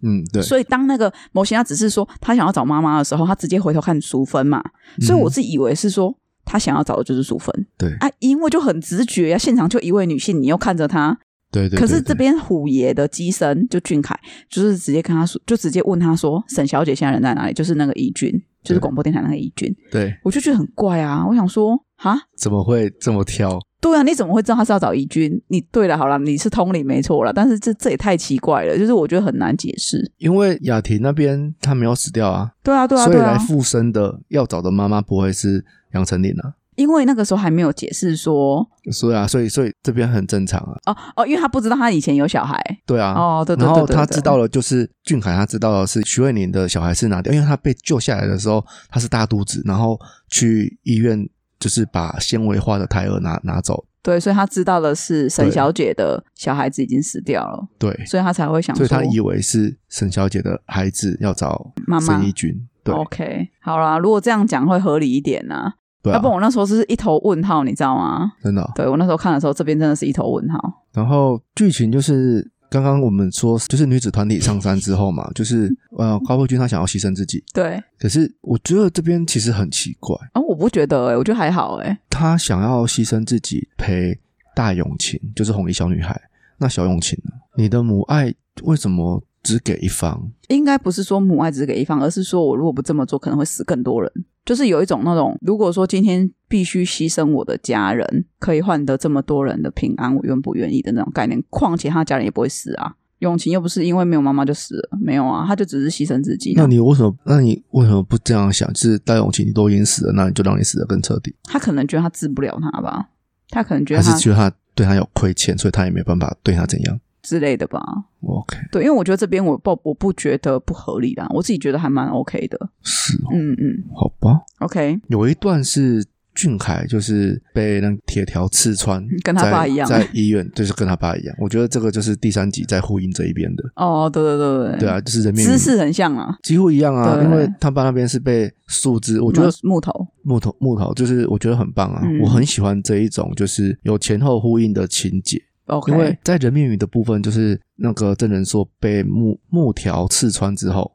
[SPEAKER 1] 嗯，对，
[SPEAKER 2] 所以当那个模型他只是说他想要找妈妈的时候，他直接回头看淑芬嘛，所以我
[SPEAKER 1] 嗯
[SPEAKER 2] 是以为是说。他想要找的就是淑芬
[SPEAKER 1] 对
[SPEAKER 2] 啊，因为就很直觉呀、现场就一位女性，你又看着她，
[SPEAKER 1] 对对，
[SPEAKER 2] 可是
[SPEAKER 1] 对
[SPEAKER 2] 这，边虎爷的机身就俊凯，就是直接跟他说，就直接问他说：“沈小姐现在人在哪里？”就是那个怡君，就是
[SPEAKER 1] 对
[SPEAKER 2] 广播电台那个怡君，
[SPEAKER 1] 对对，
[SPEAKER 2] 我就觉得很怪啊！我想说，哈，
[SPEAKER 1] 怎么会这么挑？
[SPEAKER 2] 对啊，你怎么会知道他是要找怡君？你对了，好了，你是通灵没错了，但是这这也太奇怪了，就是我觉得很难解释。
[SPEAKER 1] 因为雅婷那边她没有死掉啊，
[SPEAKER 2] 对啊，对啊，
[SPEAKER 1] 所以
[SPEAKER 2] 对
[SPEAKER 1] 来
[SPEAKER 2] 啊，
[SPEAKER 1] 附身的要找的妈妈不会是杨丞琳啊，
[SPEAKER 2] 因为那个时候还没有解释说，
[SPEAKER 1] 所以啊，所以所以这边很正常啊，
[SPEAKER 2] 哦哦，因为他不知道他以前有小孩，
[SPEAKER 1] 对啊，
[SPEAKER 2] 哦，对对
[SPEAKER 1] 然
[SPEAKER 2] 对
[SPEAKER 1] 后
[SPEAKER 2] 对
[SPEAKER 1] 他知道
[SPEAKER 2] 了，
[SPEAKER 1] 了，就是俊凯他知道的是徐慧宁的小孩是拿掉，因为他被救下来的时候他是大肚子，然后去医院就是把纤维化的胎儿拿拿走，
[SPEAKER 2] 对，所以他知道的是沈
[SPEAKER 1] 对
[SPEAKER 2] 小姐的小孩子已经死掉了，
[SPEAKER 1] 对，
[SPEAKER 2] 所以他才会想
[SPEAKER 1] 所
[SPEAKER 2] 说，
[SPEAKER 1] 以他以为是沈小姐的孩子要找
[SPEAKER 2] 妈妈哦
[SPEAKER 1] 沈一军，对
[SPEAKER 2] OK，好啦，如果这样讲会合理一点呐、
[SPEAKER 1] 对
[SPEAKER 2] 要
[SPEAKER 1] 啊
[SPEAKER 2] 不，然我那时候是一头问号，你知道吗？
[SPEAKER 1] 真的哦。
[SPEAKER 2] 对我那时候看的时候，这边真的是一头问号。
[SPEAKER 1] 然后剧情就是刚刚我们说，就是女子团体上山之后嘛，就是呃，高慧君她想要牺牲自己，
[SPEAKER 2] 对，
[SPEAKER 1] 可是我觉得这边其实很奇怪，
[SPEAKER 2] 啊，我不觉得哎、我觉得还好哎、
[SPEAKER 1] 她想要牺牲自己陪大永晴，就是红衣小女孩。那小永晴呢？你的母爱为什么只给一方？
[SPEAKER 2] 应该不是说母爱只是给一方，而是说我如果不这么做，可能会死更多人。就是有一种那种，如果说今天必须牺牲我的家人，可以换得这么多人的平安，我愿不愿意的那种概念。况且他的家人也不会死啊，永晴又不是因为没有妈妈就死了，没有啊，他就只是牺牲自己啊。
[SPEAKER 1] 那你为什么？那你为什么不这样想？就是大永晴，你都已经死了，那你就让你死的更彻底，
[SPEAKER 2] 他可能觉得他治不了他吧，他可能觉
[SPEAKER 1] 还
[SPEAKER 2] 得
[SPEAKER 1] 是
[SPEAKER 2] 他
[SPEAKER 1] 觉得他对他有亏欠，所以他也没办法对他怎样
[SPEAKER 2] 之类的吧。
[SPEAKER 1] ？OK，
[SPEAKER 2] 对，因为我觉得这边我不我不觉得不合理啦，我自己觉得还蛮 OK 的。
[SPEAKER 1] 是哦
[SPEAKER 2] 嗯嗯
[SPEAKER 1] 好吧。
[SPEAKER 2] ，OK，
[SPEAKER 1] 有一段是俊凯就是被那铁条刺穿，
[SPEAKER 2] 跟他
[SPEAKER 1] 在
[SPEAKER 2] 爸一样
[SPEAKER 1] 在医院就是跟他爸一样。我觉得这个就是第三集在呼应这一边的，
[SPEAKER 2] 哦，对对对对
[SPEAKER 1] 对啊，，就是人面鱼
[SPEAKER 2] 姿势很像啊，
[SPEAKER 1] 几乎一样啊，
[SPEAKER 2] 对
[SPEAKER 1] 因为他爸那边是被树枝，我
[SPEAKER 2] 我
[SPEAKER 1] 觉得
[SPEAKER 2] 木头，
[SPEAKER 1] 木头木头就是我觉得很棒啊，
[SPEAKER 2] 嗯
[SPEAKER 1] 我很喜欢这一种就是有前后呼应的情节，
[SPEAKER 2] OK，
[SPEAKER 1] 因为在人面鱼的部分，就是那个证人说被木木条刺穿之后，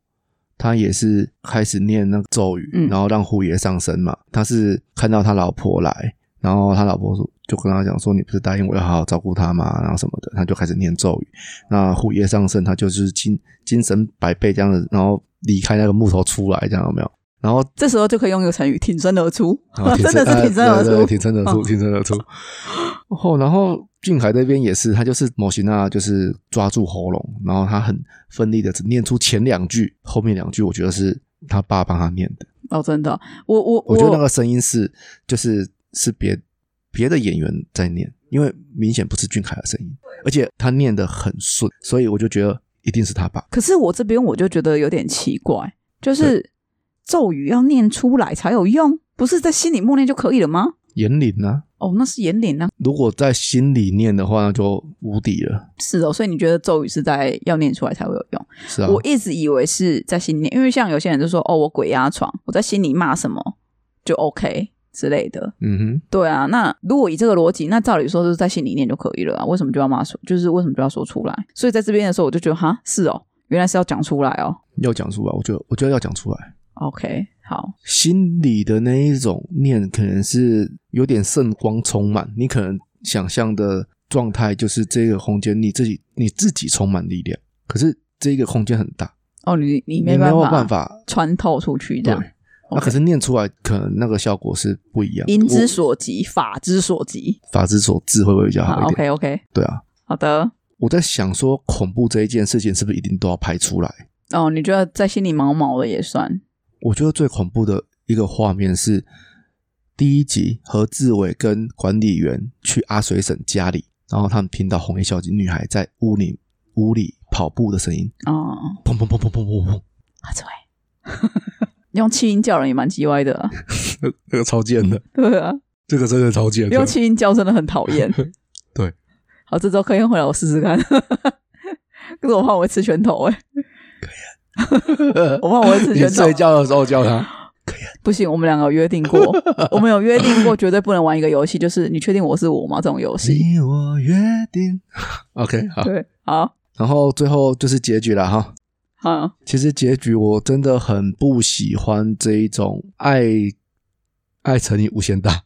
[SPEAKER 1] 他也是开始念那个咒语，
[SPEAKER 2] 嗯
[SPEAKER 1] 然后让虎爷上身嘛。他是看到他老婆来，然后他老婆说就跟他讲说：“你不是答应我要好好照顾他吗？”然后什么的，他就开始念咒语。那虎爷上身，他就是精精神百倍这样子，然后离开那个木头出来，这样有没有？然后
[SPEAKER 2] 这时候就可以用一个成语“挺身而出”，
[SPEAKER 1] 啊
[SPEAKER 2] 真的是挺身而
[SPEAKER 1] 呃对对
[SPEAKER 2] 出。
[SPEAKER 1] 挺身而出，挺身而出。哦，然后俊凯这边也是，他就是某型啊，就是抓住喉咙，然后他很奋力的只念出前两句，后面两句我觉得是他爸帮他念的。
[SPEAKER 2] 哦，真的，我我
[SPEAKER 1] 我觉得那个声音是就是是别别的演员在念，因为明显不是俊凯的声音，而且他念的很顺，所以我就觉得一定是他爸。
[SPEAKER 2] 可是我这边我就觉得有点奇怪，就是咒语要念出来才有用，不是在心里默念就可以了吗？
[SPEAKER 1] 严玲呢，
[SPEAKER 2] 哦，那是眼脸啊，
[SPEAKER 1] 如果在心里念的话，那就无敌了。
[SPEAKER 2] 是哦，所以你觉得咒语是在要念出来才会有用？
[SPEAKER 1] 是啊，
[SPEAKER 2] 我一直以为是在心里念，因为像有些人就说哦，我鬼压床，我在心里骂什么就 OK 之类的。
[SPEAKER 1] 嗯哼。
[SPEAKER 2] 对啊，那如果以这个逻辑，那照理说是在心里念就可以了啊，为什么就要骂出？就是为什么就要说出来？所以在这边的时候，我就觉得哈，是哦，原来是要讲出来哦。
[SPEAKER 1] 要讲出来，我觉得我觉得要讲出来。
[SPEAKER 2] OK，好，
[SPEAKER 1] 心里的那一种念，可能是有点圣光充满，你可能想象的状态就是这个空间，你自己你自己充满力量，可是这个空间很大，
[SPEAKER 2] 哦，你你
[SPEAKER 1] 你
[SPEAKER 2] 没
[SPEAKER 1] 没
[SPEAKER 2] 办
[SPEAKER 1] 有
[SPEAKER 2] 法
[SPEAKER 1] 办法
[SPEAKER 2] 穿透出去
[SPEAKER 1] 对
[SPEAKER 2] 这样。。
[SPEAKER 1] 那
[SPEAKER 2] OK
[SPEAKER 1] 可是念出来，可能那个效果是不一样。
[SPEAKER 2] 因之
[SPEAKER 1] 我
[SPEAKER 2] 所及，法之所及。
[SPEAKER 1] 法之所至，会不会比较好一点？
[SPEAKER 2] ，OK OK，
[SPEAKER 1] 对啊，
[SPEAKER 2] 好的。
[SPEAKER 1] 我在想说，恐怖这一件事情是不是一定都要拍出来？
[SPEAKER 2] 哦，你觉得在心里毛毛的也算？
[SPEAKER 1] 我觉得最恐怖的一个画面是第一集何志伟跟管理员去阿水婶家里，然后他们听到红衣小姐女孩在屋里屋里跑步的声音，
[SPEAKER 2] 哦，
[SPEAKER 1] 砰砰砰砰砰砰砰，
[SPEAKER 2] 阿志伟， 用气音叫人也蛮叽歪的啊、
[SPEAKER 3] 那个超贱的，
[SPEAKER 2] 对啊，
[SPEAKER 3] 这个真的超贱的
[SPEAKER 2] 用。气音叫真的很讨厌。
[SPEAKER 3] 对，
[SPEAKER 2] 好，这周可以回来我试试看。 可是我怕我会吃拳头哎、我怕我会吃
[SPEAKER 3] 你
[SPEAKER 2] 拳头
[SPEAKER 3] 睡。觉的时候叫他，
[SPEAKER 2] 不行，我们两个有约定 过，我们有约定过，绝对不能玩一个游戏，就是你确定我 是我吗？这种游戏。
[SPEAKER 1] 你我约定。OK，好，
[SPEAKER 2] 对，好，
[SPEAKER 1] 然后最后就是结局了哈。
[SPEAKER 2] 好，
[SPEAKER 1] 其实结局我真的很不喜欢这一种爱爱乘以无限大，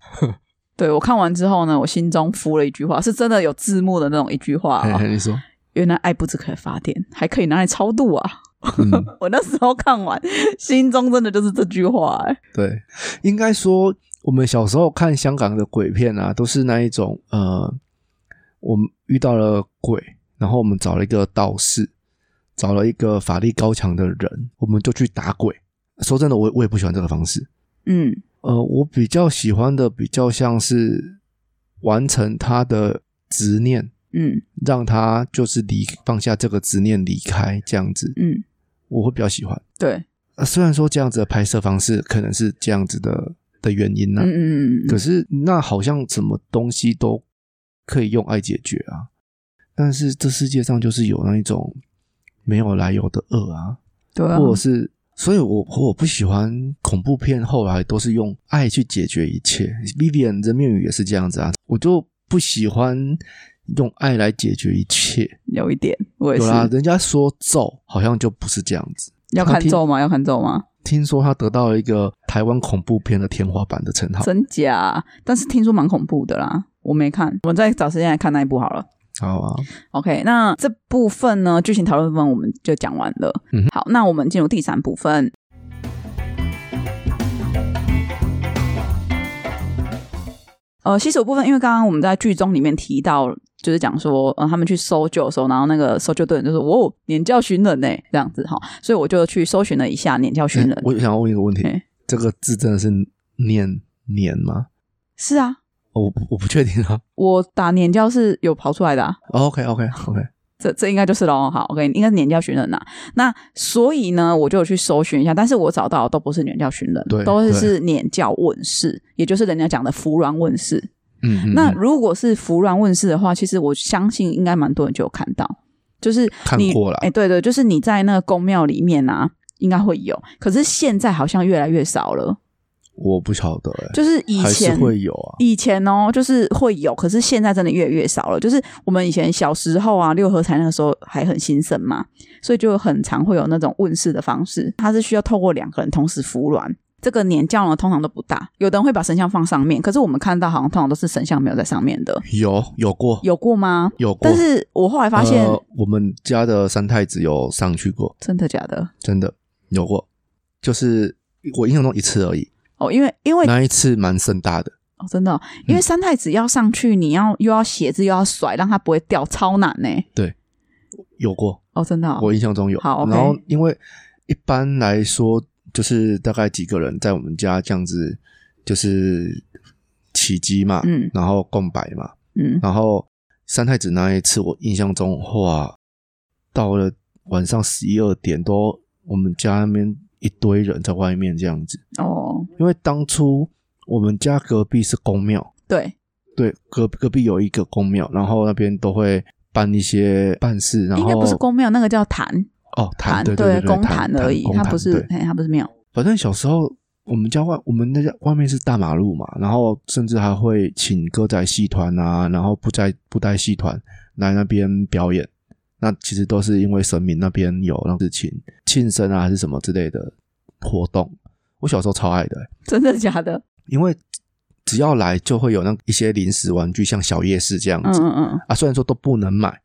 [SPEAKER 2] 对我看完之后呢，我心中敷了一句话，是真的有字幕的那种一句话
[SPEAKER 1] 嘿
[SPEAKER 2] 啊、
[SPEAKER 1] 嘿你说，
[SPEAKER 2] 原来爱不止可以发电，还可以拿来超度啊！
[SPEAKER 1] 嗯，
[SPEAKER 2] 我那时候看完，心中真的就是这句话、哎，
[SPEAKER 1] 对，应该说我们小时候看香港的鬼片啊，都是那一种呃，我们遇到了鬼，然后我们找了一个道士，找了一个法力高强的人，我们就去打鬼。说真的，我我也不喜欢这个方式。
[SPEAKER 2] 嗯，
[SPEAKER 1] 呃，我比较喜欢的比较像是完成他的执念，
[SPEAKER 2] 嗯
[SPEAKER 1] 让他就是离放下这个执念离开这样子，
[SPEAKER 2] 嗯，
[SPEAKER 1] 我会比较喜欢。
[SPEAKER 2] 对，
[SPEAKER 1] 呃，虽然说这样子的拍摄方式可能是这样子的的原因呢、啊
[SPEAKER 2] 嗯嗯嗯
[SPEAKER 1] 可
[SPEAKER 2] 嗯，
[SPEAKER 1] 是那好像什么东西都可以用爱解决啊，但是这世界上就是有那一种没有来由的恶啊，
[SPEAKER 2] 对啊
[SPEAKER 1] 或，者是，所以我我不喜欢恐怖片，后来都是用爱去解决一切。Vivian 人面鱼也是这样子啊，我就不喜欢用爱来解决一切。
[SPEAKER 2] 有一点，我也
[SPEAKER 1] 有
[SPEAKER 2] 哎是。
[SPEAKER 1] 啦，人家说咒好像就不是这样子。
[SPEAKER 2] 要
[SPEAKER 1] 他
[SPEAKER 2] 看
[SPEAKER 1] 听
[SPEAKER 2] 咒吗？要看咒吗？
[SPEAKER 1] 听说他得到了一个台湾恐怖片的天花板的称号
[SPEAKER 2] 真假？但是听说蛮恐怖的啦，我没看。我们再找时间来看那一部好了。
[SPEAKER 1] 好啊，
[SPEAKER 2] OK，那这部分呢，剧情讨论部分我们就讲完了。
[SPEAKER 1] 嗯哼
[SPEAKER 2] 好，那我们进入第三部分。呃，洗手部分，因为刚刚我们在剧中里面提到，就是讲说，呃，他们去搜救的时候，然后那个搜救队员就说：“哇，撵教寻人呢、欸这样子哈。”所以我就去搜寻了一下撵教寻人。
[SPEAKER 1] 哎
[SPEAKER 2] 哎
[SPEAKER 1] 我想要问一个问题
[SPEAKER 2] 嘿，
[SPEAKER 1] 这个字真的是念年吗？
[SPEAKER 2] 是啊，
[SPEAKER 1] 哦我不我不确定 啊。
[SPEAKER 2] 我打撵教是有跑出来的、啊，
[SPEAKER 1] OK OK OK，
[SPEAKER 2] 这这应该就是咯，好，OK，应该是年教寻人呐、那所以呢，我就有去搜寻一下，但是我找到的都不是年教寻人，
[SPEAKER 1] 对
[SPEAKER 2] 都是是年教问世，也就是人家讲的服软问世。
[SPEAKER 1] 嗯，嗯
[SPEAKER 2] 那
[SPEAKER 1] 嗯
[SPEAKER 2] 如果是服软问世的话，其实我相信应该蛮多人就有看到，就是
[SPEAKER 1] 看
[SPEAKER 2] 你
[SPEAKER 1] 过啦
[SPEAKER 2] 哎、对对，就是你在那个宫庙里面啊，应该会有，可是现在好像越来越少了，
[SPEAKER 1] 我不晓得欸，
[SPEAKER 2] 就是以
[SPEAKER 1] 还是
[SPEAKER 2] 前
[SPEAKER 1] 会有啊。
[SPEAKER 2] 以前哦，就是会有，可是现在真的越来越少了。就是我们以前小时候啊，六合彩那个时候还很兴盛嘛，所以就很常会有那种问世的方式，它是需要透过两个人同时服软。这个年教呢，通常都不大，有的人会把神像放上面，可是我们看到好像通常都是神像没有在上面的，
[SPEAKER 1] 有有过
[SPEAKER 2] 有过吗？
[SPEAKER 1] 有过，
[SPEAKER 2] 但是我后来发现，
[SPEAKER 1] 哦呃我们家的三太子有上去过，
[SPEAKER 2] 真的假的？
[SPEAKER 1] 真的有过，就是我印象中一次而已，
[SPEAKER 2] 哦，因为因为
[SPEAKER 1] 那一次蛮盛大的。
[SPEAKER 2] 哦，真的哦、
[SPEAKER 1] 嗯
[SPEAKER 2] 因为三太子要上去，你要又要写字又要甩，让它不会掉，超难呢。
[SPEAKER 1] 有过，
[SPEAKER 2] 哦，真的哦、
[SPEAKER 1] 我印象中有。
[SPEAKER 2] 好，OK
[SPEAKER 1] 然后因为一般来说，就是大概几个人在我们家这样子，就是起鸡嘛，
[SPEAKER 2] 嗯
[SPEAKER 1] 然后供白嘛，
[SPEAKER 2] 嗯，
[SPEAKER 1] 然后三太子那一次，我印象中哇，到了晚上十一二点多，我们家那边一堆人在外面这样子，
[SPEAKER 2] 哦，
[SPEAKER 1] 因为当初我们家隔壁是公庙，
[SPEAKER 2] 对，
[SPEAKER 1] 对，隔隔壁有一个公庙，然后那边都会办一些办事，然后
[SPEAKER 2] 应该不是宫庙，那个叫坛
[SPEAKER 1] 哦坛，对对，
[SPEAKER 2] 公
[SPEAKER 1] 坛
[SPEAKER 2] 坛而已，
[SPEAKER 1] 公
[SPEAKER 2] 它不是
[SPEAKER 1] 对，
[SPEAKER 2] 哎，它不是庙。
[SPEAKER 1] 反正小时候我们家外我们那家外面是大马路嘛，然后甚至还会请歌仔戏团啊，然后布袋布袋戏团来那边表演。那其实都是因为神明那边有让事情庆生啊，还是什么之类的活动。我小时候超爱的欸、
[SPEAKER 2] 真的假的？
[SPEAKER 1] 因为只要来就会有那一些零食玩具，像小夜市这样
[SPEAKER 2] 嗯
[SPEAKER 1] 子、
[SPEAKER 2] 嗯嗯，
[SPEAKER 1] 啊。虽然说都不能买，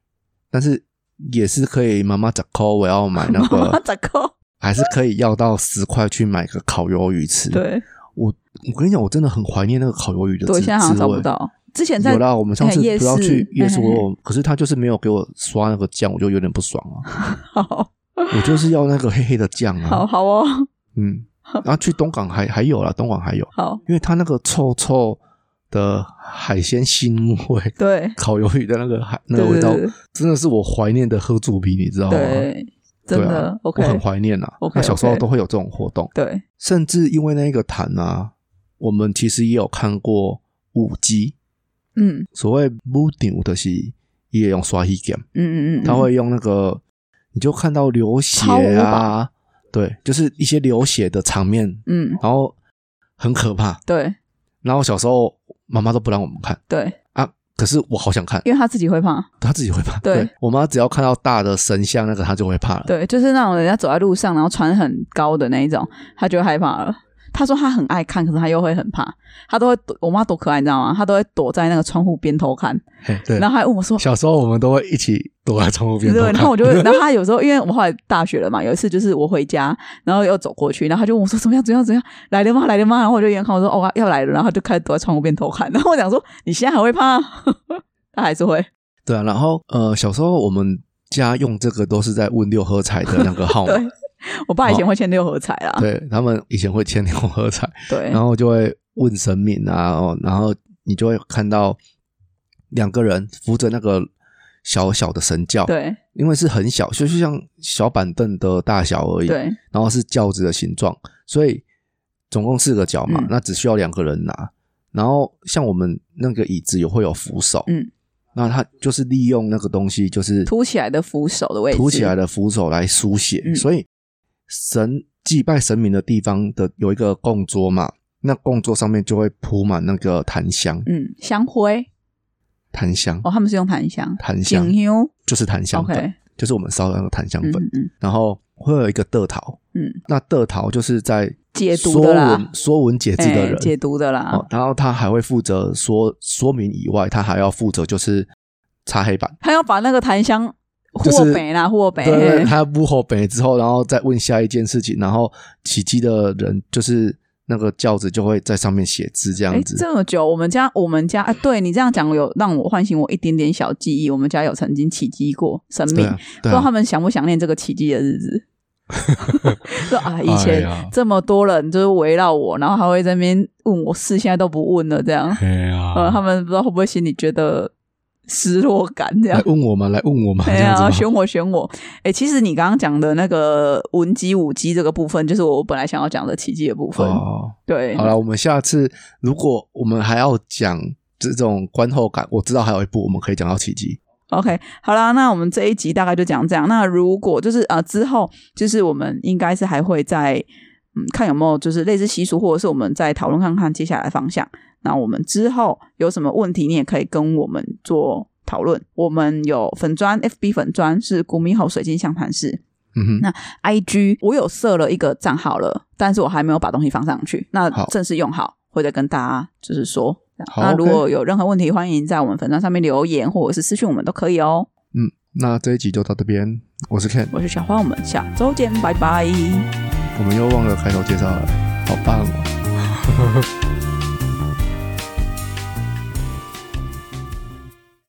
[SPEAKER 1] 但是也是可以。妈妈折扣，我要买那 个，
[SPEAKER 2] 折扣，
[SPEAKER 1] 还是可以要到十块去买个烤鱿鱼吃。，
[SPEAKER 2] 对，
[SPEAKER 1] 我跟你讲，我真的很怀念那个烤鱿鱼的
[SPEAKER 2] 对，
[SPEAKER 1] 滋
[SPEAKER 2] 现在好像
[SPEAKER 1] 滋
[SPEAKER 2] 找不
[SPEAKER 1] 味。
[SPEAKER 2] 到。之前在
[SPEAKER 1] 有啦，我们上
[SPEAKER 2] 哎
[SPEAKER 1] 次
[SPEAKER 2] 夜
[SPEAKER 1] 不要
[SPEAKER 2] 市嗯
[SPEAKER 1] 去夜市，
[SPEAKER 2] 嘿嘿
[SPEAKER 1] 我有，可是他就是没有给我刷那个酱，我就有点不爽啊。
[SPEAKER 2] 哎好
[SPEAKER 1] 我就是要那个黑黑的酱
[SPEAKER 2] 好
[SPEAKER 1] 啊，
[SPEAKER 2] 好哦，
[SPEAKER 1] 嗯。然后去东港还还有啦，东港还有，
[SPEAKER 2] 好
[SPEAKER 1] 因为它那个臭臭的海鲜腥味，
[SPEAKER 2] 对
[SPEAKER 1] 烤鱿鱼的那个海那
[SPEAKER 2] 对
[SPEAKER 1] 个味
[SPEAKER 2] 对
[SPEAKER 1] 道，
[SPEAKER 2] 对
[SPEAKER 1] 真的是我怀念的喝猪皮，你知道吗？
[SPEAKER 2] 对，真
[SPEAKER 1] 对啊
[SPEAKER 2] 的 OK，
[SPEAKER 1] 我很怀念啊。
[SPEAKER 2] OK，
[SPEAKER 1] 那小时候
[SPEAKER 2] OK
[SPEAKER 1] 都会有这种活动，
[SPEAKER 2] 对
[SPEAKER 1] 甚至因为那个坛啊，我们其实也有看过舞姬。
[SPEAKER 2] 嗯
[SPEAKER 1] 所谓舞场的是也用刷戏 game，
[SPEAKER 2] 嗯嗯嗯，
[SPEAKER 1] 他会用那个，你就看到流血
[SPEAKER 2] 超舞
[SPEAKER 1] 啊，对，就是一些流血的场面，
[SPEAKER 2] 嗯，嗯
[SPEAKER 1] 然后很可怕。
[SPEAKER 2] 对
[SPEAKER 1] 然后小时候妈妈都不让我们看。
[SPEAKER 2] 对，
[SPEAKER 1] 啊，可是我好想看，
[SPEAKER 2] 因为他自己会怕，
[SPEAKER 1] 他自己会怕。
[SPEAKER 2] 对
[SPEAKER 1] 我妈只要看到大的神像，那个她就会怕了。
[SPEAKER 2] 对，就是那种人家走在路上，然后穿很高的那一种，他就会害怕了。他说他很爱看，可是他又会很怕，他都会躲。我妈多可爱，你知道吗？她都会躲在那个窗户边偷看，
[SPEAKER 1] 嘿对
[SPEAKER 2] 然后还问我说：“
[SPEAKER 3] 小时候我们都会一起躲在窗户边偷
[SPEAKER 2] 对，
[SPEAKER 3] 看，
[SPEAKER 2] 然后我就会，然后他有时候，因为我后来大学了嘛， 有一次就是我回家，然后又走过去，然后他就问我说怎么样怎么样怎么样，来了吗来了吗？然后我就眼看我说哦要来了，然后他就开始躲在窗户边偷看，然 后我想说你现在还会怕？ 他还是会，
[SPEAKER 1] 对啊，然后呃，小时候我们家用这个都是在问六合彩的那个号码，
[SPEAKER 2] 对我爸以
[SPEAKER 1] 哦
[SPEAKER 2] 前会签六合彩 啦，
[SPEAKER 1] 对他们以前会签六合彩，
[SPEAKER 2] 对
[SPEAKER 1] 然后就会问神明啊，哦，然后你就会看到两个人扶着那个小小的神轿，，
[SPEAKER 2] 对
[SPEAKER 1] 因为是很小，就是像小板凳的大小而已，
[SPEAKER 2] 对
[SPEAKER 1] 然后是轿子的形状，所以总共四个角嘛，
[SPEAKER 2] 嗯
[SPEAKER 1] 那只需要两个人拿。然后像我们那个椅子也会有扶手，
[SPEAKER 2] 嗯，
[SPEAKER 1] 那它就是利用那个东西，就是
[SPEAKER 2] 凸起来的扶手的位置
[SPEAKER 1] 凸起来的扶手来书写，
[SPEAKER 2] 嗯
[SPEAKER 1] 所以神祭拜神明的地方的有一个供桌嘛，那供桌上面就会铺满那个檀香，
[SPEAKER 2] 嗯，香灰
[SPEAKER 1] 檀香，
[SPEAKER 2] 哦，他们是用檀香，
[SPEAKER 1] 檀香
[SPEAKER 2] 锦香
[SPEAKER 1] 就是檀香粉
[SPEAKER 2] OK，
[SPEAKER 1] 就是我们烧的那个檀香
[SPEAKER 2] 嗯
[SPEAKER 1] 粉，
[SPEAKER 2] 嗯嗯
[SPEAKER 1] 然后会有一个得桃，
[SPEAKER 2] 嗯，
[SPEAKER 1] 那得桃就是在
[SPEAKER 2] 解
[SPEAKER 1] 说
[SPEAKER 2] 毒的
[SPEAKER 1] 文
[SPEAKER 2] 啦，
[SPEAKER 1] 说文解字的
[SPEAKER 2] 哎
[SPEAKER 1] 人，
[SPEAKER 2] 解毒的啦
[SPEAKER 1] 哦，，然后他还会负责说说明以外，他还要负责就是擦黑板，
[SPEAKER 2] 他要把那个檀香
[SPEAKER 1] 就是
[SPEAKER 2] 和北啦，和北，
[SPEAKER 1] 对对对，
[SPEAKER 2] 哎
[SPEAKER 1] 他幕后北之后，然后再问下一件事情，然后起鸡的人就是那个轿子就会在上面写字这样
[SPEAKER 2] 哎，
[SPEAKER 1] 子。
[SPEAKER 2] 这么久，我们家我们家啊，对你这样讲有让我唤醒我一点点小记忆。我们家有曾经起鸡过神
[SPEAKER 1] 对
[SPEAKER 2] 明，
[SPEAKER 1] 啊，
[SPEAKER 2] 不
[SPEAKER 1] 对
[SPEAKER 2] 知道他
[SPEAKER 1] 啊，
[SPEAKER 2] 们想不想念这个起鸡的 日子。说啊，以前
[SPEAKER 3] 哎呀
[SPEAKER 2] 这么多人就是围绕我，然后还会在那边问我事，现在都不问了，这样，
[SPEAKER 3] 哎呀，
[SPEAKER 2] 呃，他们不知道会不会心里觉得失落感这样
[SPEAKER 1] 来。问我们，来问我们，
[SPEAKER 2] 哎
[SPEAKER 1] 这样子
[SPEAKER 2] 呀，
[SPEAKER 1] 吗
[SPEAKER 2] 选我选我！哎、其实你刚刚讲的那个文姬武姬这个部分，就是我本来想要讲的奇迹的部分。
[SPEAKER 1] 哦，
[SPEAKER 2] 对，
[SPEAKER 1] 好了，我们下次如果我们还要讲这种观后感，我知道还有一部我们可以讲到奇迹。
[SPEAKER 2] OK，好啦，那我们这一集大概就讲这样。那如果就是呃之后，就是我们应该是还会在嗯看有没有就是类似习俗，或者是我们再讨论看看接下来的方向。那我们之后有什么问题，你也可以跟我们做讨论。我们有粉砖 FB 粉砖是古米猴水晶相谈室，
[SPEAKER 1] 嗯哼，
[SPEAKER 2] IG 我有设了一个账号了，但是我还没有把东西放上去。那
[SPEAKER 1] 好
[SPEAKER 2] 正式用好，会再跟大家就是说。
[SPEAKER 1] 好
[SPEAKER 2] 那如
[SPEAKER 1] OK
[SPEAKER 2] 果有任何问题，欢迎在我们粉砖上面留言，或者是私讯我们都可以哦。
[SPEAKER 1] 嗯，那这一集就到这边，我是 Ken，
[SPEAKER 2] 我是小花，我们下周见，拜拜。
[SPEAKER 1] 我们又忘了开头介绍了，好棒哦。